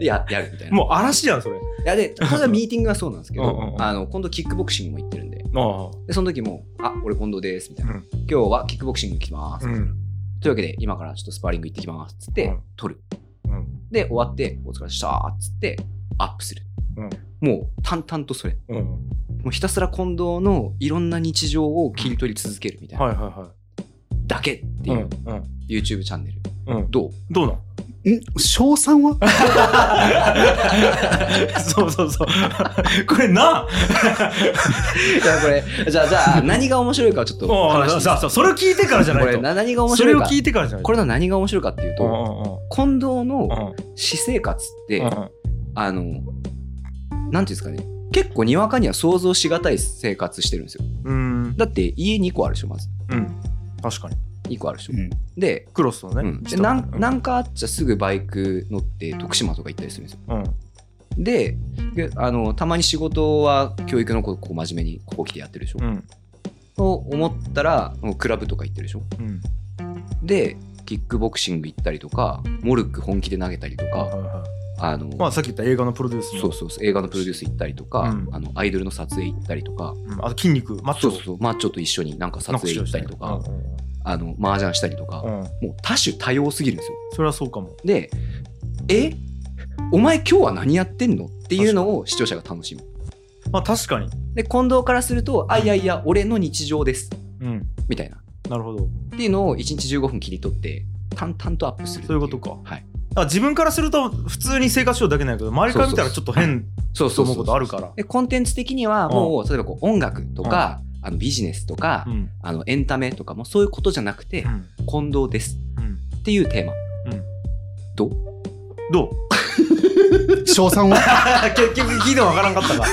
[SPEAKER 1] や、やるみたいな。
[SPEAKER 2] もう嵐やん、それ。
[SPEAKER 1] いや、で、ただミーティングはそうなんですけど、
[SPEAKER 2] うんうんうん
[SPEAKER 1] あの、今度キックボクシングも行ってるんで、
[SPEAKER 2] あ
[SPEAKER 1] で、その時も、あ、俺近藤です、みたいな。
[SPEAKER 2] うん
[SPEAKER 1] 今日はキックボクシング行きます、
[SPEAKER 2] あ。ん。
[SPEAKER 1] というわけで、今からちょっとスパーリング行ってきますっつって、
[SPEAKER 2] うん
[SPEAKER 1] 撮る。
[SPEAKER 2] うん
[SPEAKER 1] で、終わって、お疲れっしたーっつって、アップする。
[SPEAKER 2] うん
[SPEAKER 1] もう、淡々とそれ。
[SPEAKER 2] うん。
[SPEAKER 1] もうひたすら近藤のいろんな日常を切り取り続けるみたいな。
[SPEAKER 2] はいはいは
[SPEAKER 1] だけって
[SPEAKER 2] い。
[SPEAKER 1] いうう、
[SPEAKER 2] ん。うん
[SPEAKER 1] YouTube チャンネル。
[SPEAKER 2] うん。
[SPEAKER 1] どう
[SPEAKER 2] どうなん
[SPEAKER 3] ん賞賛は
[SPEAKER 2] そうそうそう。これな、
[SPEAKER 1] じゃあこれ、じゃあ、じゃあ、何が面白いかちょっと
[SPEAKER 2] も
[SPEAKER 1] 話していいうですか
[SPEAKER 2] さ、そうそれを聞いてからじゃな
[SPEAKER 1] こ
[SPEAKER 2] い
[SPEAKER 1] れ
[SPEAKER 2] と。
[SPEAKER 1] な何が面
[SPEAKER 2] それ
[SPEAKER 1] 白い
[SPEAKER 2] を
[SPEAKER 1] か
[SPEAKER 2] 聞いてからじゃないと。
[SPEAKER 1] これの何が面白いかっていう
[SPEAKER 2] うんう
[SPEAKER 1] と近藤の私生活って、
[SPEAKER 2] んうんうん
[SPEAKER 1] あのなんていうんですかね結構にわかには想像しがたい生活してるんですよ
[SPEAKER 2] うん。うん
[SPEAKER 1] だって家2個あるでしょまず
[SPEAKER 2] うん。確かに。
[SPEAKER 1] 2個あるでしょ、
[SPEAKER 3] うん
[SPEAKER 1] で,、
[SPEAKER 2] クロスの
[SPEAKER 1] う
[SPEAKER 2] ね。
[SPEAKER 1] ん、で
[SPEAKER 2] 下
[SPEAKER 1] な
[SPEAKER 2] の
[SPEAKER 1] ん
[SPEAKER 2] ね
[SPEAKER 1] なんかあっちゃすぐバイク乗って徳島とか行ったりするんですよ
[SPEAKER 2] うん。
[SPEAKER 1] でであのたまに仕事は教育のことここ真面目にここ来てやってるでしょ、
[SPEAKER 2] うん。
[SPEAKER 1] と思ったらもうクラブとか行ってるでしょ
[SPEAKER 2] うん。
[SPEAKER 1] でキックボクシング行ったりとかモルック本気で投げたりと
[SPEAKER 2] はい
[SPEAKER 1] か、
[SPEAKER 2] はいはい
[SPEAKER 1] あの
[SPEAKER 2] まあさっき言った映画のプロデュースの。
[SPEAKER 1] そうそうそう映画のプロデュース行ったりとか、
[SPEAKER 2] うん
[SPEAKER 1] あのアイドルの撮影行ったりとか、
[SPEAKER 2] うんあと筋肉、マッチ
[SPEAKER 1] そ
[SPEAKER 2] ョ
[SPEAKER 1] うそうそうマッチョと一緒になんか撮
[SPEAKER 2] なんか
[SPEAKER 1] 影行
[SPEAKER 2] しよう
[SPEAKER 1] っ
[SPEAKER 2] したたい
[SPEAKER 1] りとか、
[SPEAKER 2] うん
[SPEAKER 1] あの麻雀したりとか、
[SPEAKER 2] うんうん
[SPEAKER 1] もう多種多様すぎるんですよ。
[SPEAKER 2] それはそうかも。
[SPEAKER 1] でえお前今日は何やってんのっていうのを視聴者が楽しむ。
[SPEAKER 2] まあ確かに。
[SPEAKER 1] で近藤からすると「あいやいや俺の日常です
[SPEAKER 2] うん。」
[SPEAKER 1] みたいな
[SPEAKER 2] なるほど。
[SPEAKER 1] っていうのを1日15分切り取って淡々とアップするって
[SPEAKER 2] そういうことか
[SPEAKER 1] はい、
[SPEAKER 2] あ自分からすると普通に生活しようだけなんやけど周りから見たらちょっと変
[SPEAKER 1] そう
[SPEAKER 2] と
[SPEAKER 1] そう
[SPEAKER 2] 思
[SPEAKER 1] そうう
[SPEAKER 2] ことあるから
[SPEAKER 1] でコンテンツ的にはもう、例えばこう音楽とか、あのビジネスとか、
[SPEAKER 2] うん
[SPEAKER 1] あのエンタメとかもそういうことじゃなくて、
[SPEAKER 2] うん
[SPEAKER 1] 近藤です
[SPEAKER 2] うん
[SPEAKER 1] っていうテー マ。
[SPEAKER 2] どう
[SPEAKER 3] 賞賛は
[SPEAKER 2] 結局聞いてもわからんかったか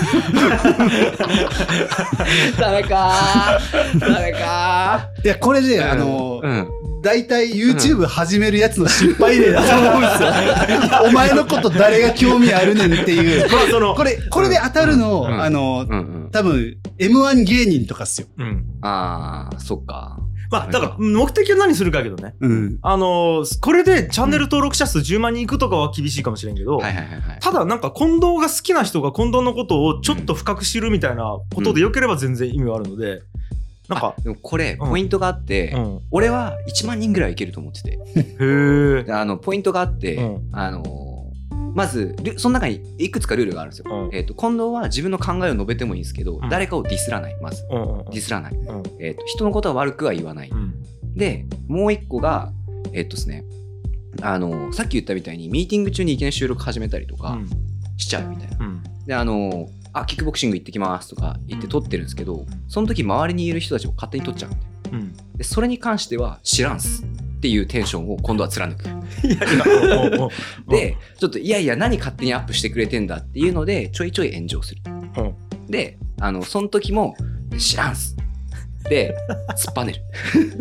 [SPEAKER 1] ダメか ーダメか
[SPEAKER 3] いやこれね
[SPEAKER 1] ー
[SPEAKER 3] あの
[SPEAKER 1] うん、
[SPEAKER 3] 大体 YouTube 始めるやつの失敗例だと思うんですよ お前のこと誰が興味あるねんっていう
[SPEAKER 2] まあその
[SPEAKER 3] これこれで当たるの
[SPEAKER 1] うん
[SPEAKER 3] あの
[SPEAKER 1] うんうん。
[SPEAKER 3] 多分 M1 芸人とかっすよ
[SPEAKER 2] うん
[SPEAKER 1] ああ、そっか。
[SPEAKER 2] まあだから目的は何するかやけどね
[SPEAKER 3] うん
[SPEAKER 2] あのーこれでチャンネル登録者数10万人いくとかは厳しいかもしれんけど、
[SPEAKER 1] はいはいはいはい。
[SPEAKER 2] ただなんか近藤が好きな人が近藤のことをちょっと深く知るみたいなことでよければ全然意味はあるので、なんか
[SPEAKER 1] あ、でもこれ、
[SPEAKER 2] うん
[SPEAKER 1] ポイントがあって、
[SPEAKER 2] うん、
[SPEAKER 1] 俺は1万人ぐらいいけると思ってて。
[SPEAKER 2] へえ
[SPEAKER 1] であの、ポイントがあって、
[SPEAKER 2] うん
[SPEAKER 1] あのーまず、ルその中にいくつかルールがあるんですよ。
[SPEAKER 2] うん
[SPEAKER 1] えっ、と、近藤は自分の考えを述べてもいいんですけど、
[SPEAKER 2] うん
[SPEAKER 1] 誰かをディスらない、まず。
[SPEAKER 2] うんうんうん
[SPEAKER 1] ディスらない。
[SPEAKER 2] ん
[SPEAKER 1] えっ、と、人のことは悪くは言わない。
[SPEAKER 2] うん
[SPEAKER 1] で、もう一個が、えっ、とですね、あのーさっき言ったみたいに、ミーティング中にいきなり収録始めたりと
[SPEAKER 2] う
[SPEAKER 1] か
[SPEAKER 2] ん
[SPEAKER 1] しちゃうみたいな。
[SPEAKER 2] うん
[SPEAKER 1] であのあキックボクシング行ってきますとか言って撮ってるんですけど
[SPEAKER 2] ん
[SPEAKER 1] その時周りにいる人たちも勝手に撮っちゃうんで
[SPEAKER 2] うん
[SPEAKER 1] でそれに関しては知らんっすっていうテンションを今度は貫く
[SPEAKER 2] いやいやおうおうおう
[SPEAKER 1] でちょっといやいや何勝手にアップしてくれてんだっていうのでちょいちょい炎上する
[SPEAKER 2] うん
[SPEAKER 1] であのその時も知らんっすで突っぱねる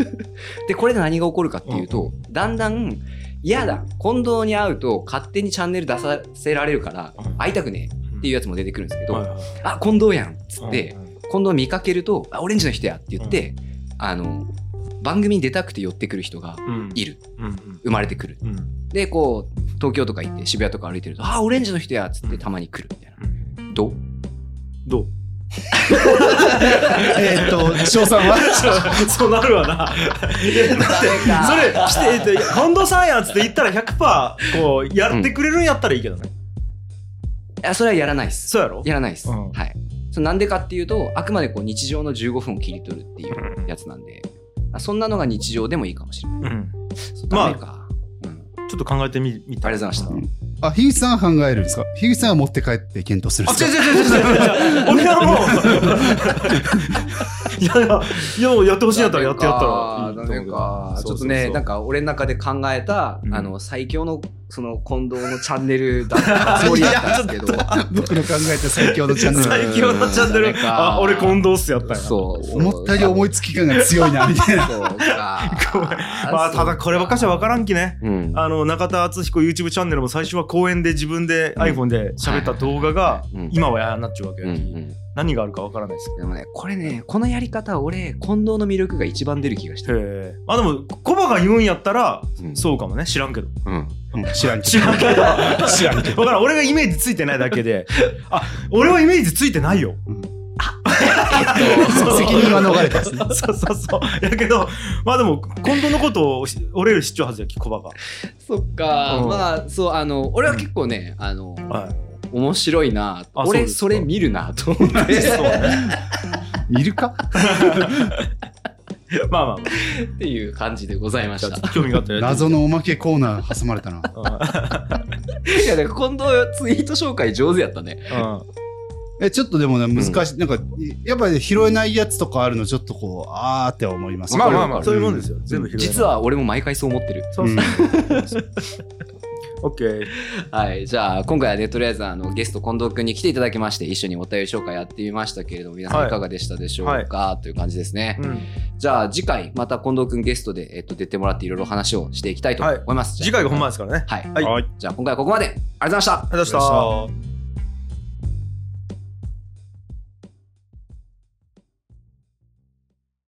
[SPEAKER 1] でこれで何が起こるかっていうとだんだん嫌だ近藤に会うと勝手にチャンネル出させられるから
[SPEAKER 2] うん
[SPEAKER 1] 会いたくねえっていうやつも出てくるんですけど、
[SPEAKER 2] はいはい
[SPEAKER 1] あ近藤やんっつって、
[SPEAKER 2] うんうん
[SPEAKER 1] 近藤見かけるとあオレンジの人やって言って、あの番組に出たくて寄ってくる人が
[SPEAKER 2] うん
[SPEAKER 1] いる
[SPEAKER 2] うん
[SPEAKER 1] 生まれてくる
[SPEAKER 2] うんうん
[SPEAKER 1] でこう東京とか行って渋谷とか歩いてるとあオレンジの人やっつってたまに来るみたいな、どう
[SPEAKER 2] どう
[SPEAKER 3] えーっと賞賛は
[SPEAKER 2] そうなるわな。いやだってそれ来てえっと近藤さんやっつって言ったら100%こうやってくれるんやったらいいけどね。
[SPEAKER 1] あそれはやらないっす
[SPEAKER 2] そうやろ。
[SPEAKER 1] やらないっす、
[SPEAKER 2] うん
[SPEAKER 1] はいそれなんでかっていうとあくまでこう日常の15分を切り取るっていうやつなんで、あそんなのが日常でもいいかもしれない
[SPEAKER 2] うん。
[SPEAKER 1] そう
[SPEAKER 2] まあ
[SPEAKER 1] ダメか、うん、
[SPEAKER 2] ちょっと考えてみみ
[SPEAKER 1] あ
[SPEAKER 2] た
[SPEAKER 1] りがとうございました
[SPEAKER 3] あ樋口さんは考えるんですか樋口さんは持って帰って検討するん
[SPEAKER 2] あ、
[SPEAKER 3] です
[SPEAKER 2] 違
[SPEAKER 3] か
[SPEAKER 2] う違う違う違う違 う。俺は もう。いやいや、いやもうやってほしいんやったらやってやったらいいと
[SPEAKER 1] ダ
[SPEAKER 2] 思うけ
[SPEAKER 1] メ
[SPEAKER 2] ど。
[SPEAKER 1] か
[SPEAKER 2] そう
[SPEAKER 1] ちょっと
[SPEAKER 2] そうそう
[SPEAKER 1] ねなんか俺の中で考えた、
[SPEAKER 2] うん
[SPEAKER 1] あの最強のその近藤のチャンネルだったつもりだったんですけど
[SPEAKER 3] 僕の考えた最強のチャンネル
[SPEAKER 2] 最強のチャンネ
[SPEAKER 1] う
[SPEAKER 2] ル
[SPEAKER 1] ん。
[SPEAKER 2] あ、俺近藤っすやったんやな。
[SPEAKER 1] そうそう
[SPEAKER 3] 思ったより思いつき感が強いなみたいな
[SPEAKER 1] そうか
[SPEAKER 2] ごめんまあ、ただこればっかしは分からんきね。
[SPEAKER 1] うん
[SPEAKER 2] あの中田敦彦 YouTube チャンネルも最初は公演で自分で
[SPEAKER 1] うん
[SPEAKER 2] iPhone で喋った動画が
[SPEAKER 1] はいはいはいう
[SPEAKER 4] 嗯
[SPEAKER 1] ん
[SPEAKER 2] 今はやなっちゅうわけ
[SPEAKER 1] うんう
[SPEAKER 2] やき、
[SPEAKER 1] ん
[SPEAKER 2] 何があるかわからないです
[SPEAKER 1] でもねこれねこのやり方俺近藤の魅力が一番出る気がし
[SPEAKER 2] け
[SPEAKER 1] て
[SPEAKER 2] ど
[SPEAKER 1] る、
[SPEAKER 2] へえあでもコバが言うんやったら
[SPEAKER 1] うん
[SPEAKER 2] そうかもね知らんけど
[SPEAKER 4] 嗯
[SPEAKER 1] うん
[SPEAKER 3] うん知らんけ
[SPEAKER 2] 知
[SPEAKER 3] ど
[SPEAKER 2] らんけど 知らんけどだからん俺がイメージついてないだけであ俺はイメージついてないよそう
[SPEAKER 3] 責任は逃れたです ね
[SPEAKER 2] そうそうそうやけどまあでも近藤のことをし俺より知っちゃうはずやきコバが
[SPEAKER 1] そっか、
[SPEAKER 2] うん
[SPEAKER 1] まあそうあの俺は結構ねあの、
[SPEAKER 2] はい
[SPEAKER 1] 面白いな
[SPEAKER 2] あそう
[SPEAKER 1] 俺
[SPEAKER 2] ですか
[SPEAKER 1] それ見るなと思って
[SPEAKER 2] そうね
[SPEAKER 3] いるか
[SPEAKER 2] まあまあま
[SPEAKER 1] っていう感じでござい
[SPEAKER 2] あ。
[SPEAKER 1] ま
[SPEAKER 2] じゃ
[SPEAKER 1] し
[SPEAKER 2] あち
[SPEAKER 1] た
[SPEAKER 2] ょっ。と興味があったらやって
[SPEAKER 3] 謎
[SPEAKER 2] みて。
[SPEAKER 3] のおまけコーナー挟まれたな。
[SPEAKER 1] いや、だから今度ツイート紹介上手やったね。
[SPEAKER 2] うんうん
[SPEAKER 3] え、ちょっとでもね、難しい。なんか、やっぱり拾えないやつとかあるの、ちょっとこう、あーって思います。
[SPEAKER 2] まあまあまあ、そういうもんです
[SPEAKER 3] よ。
[SPEAKER 2] よ。全部拾えない
[SPEAKER 1] 実。は俺も毎回そう思ってる。
[SPEAKER 2] そうそう。オッケー。
[SPEAKER 1] はい。じゃあ、今回はね、とりあえずあのゲスト近藤くんに来ていただきまして、一緒にお便り紹介やってみましたけれども、皆さ
[SPEAKER 2] は
[SPEAKER 1] ん
[SPEAKER 2] い
[SPEAKER 1] いかがでしたでしょうか、という感じですね。
[SPEAKER 2] うん
[SPEAKER 1] じゃあ、次回、また近藤くんゲストで、えっと、出てもらっていろいろ話をしていきたいと思います。
[SPEAKER 2] 次回が本
[SPEAKER 1] 番
[SPEAKER 2] 番ですからね。
[SPEAKER 1] はい。
[SPEAKER 2] はい。ありがとう
[SPEAKER 1] じゃあ、今回はここまで。ありがとうございました。
[SPEAKER 2] ございました。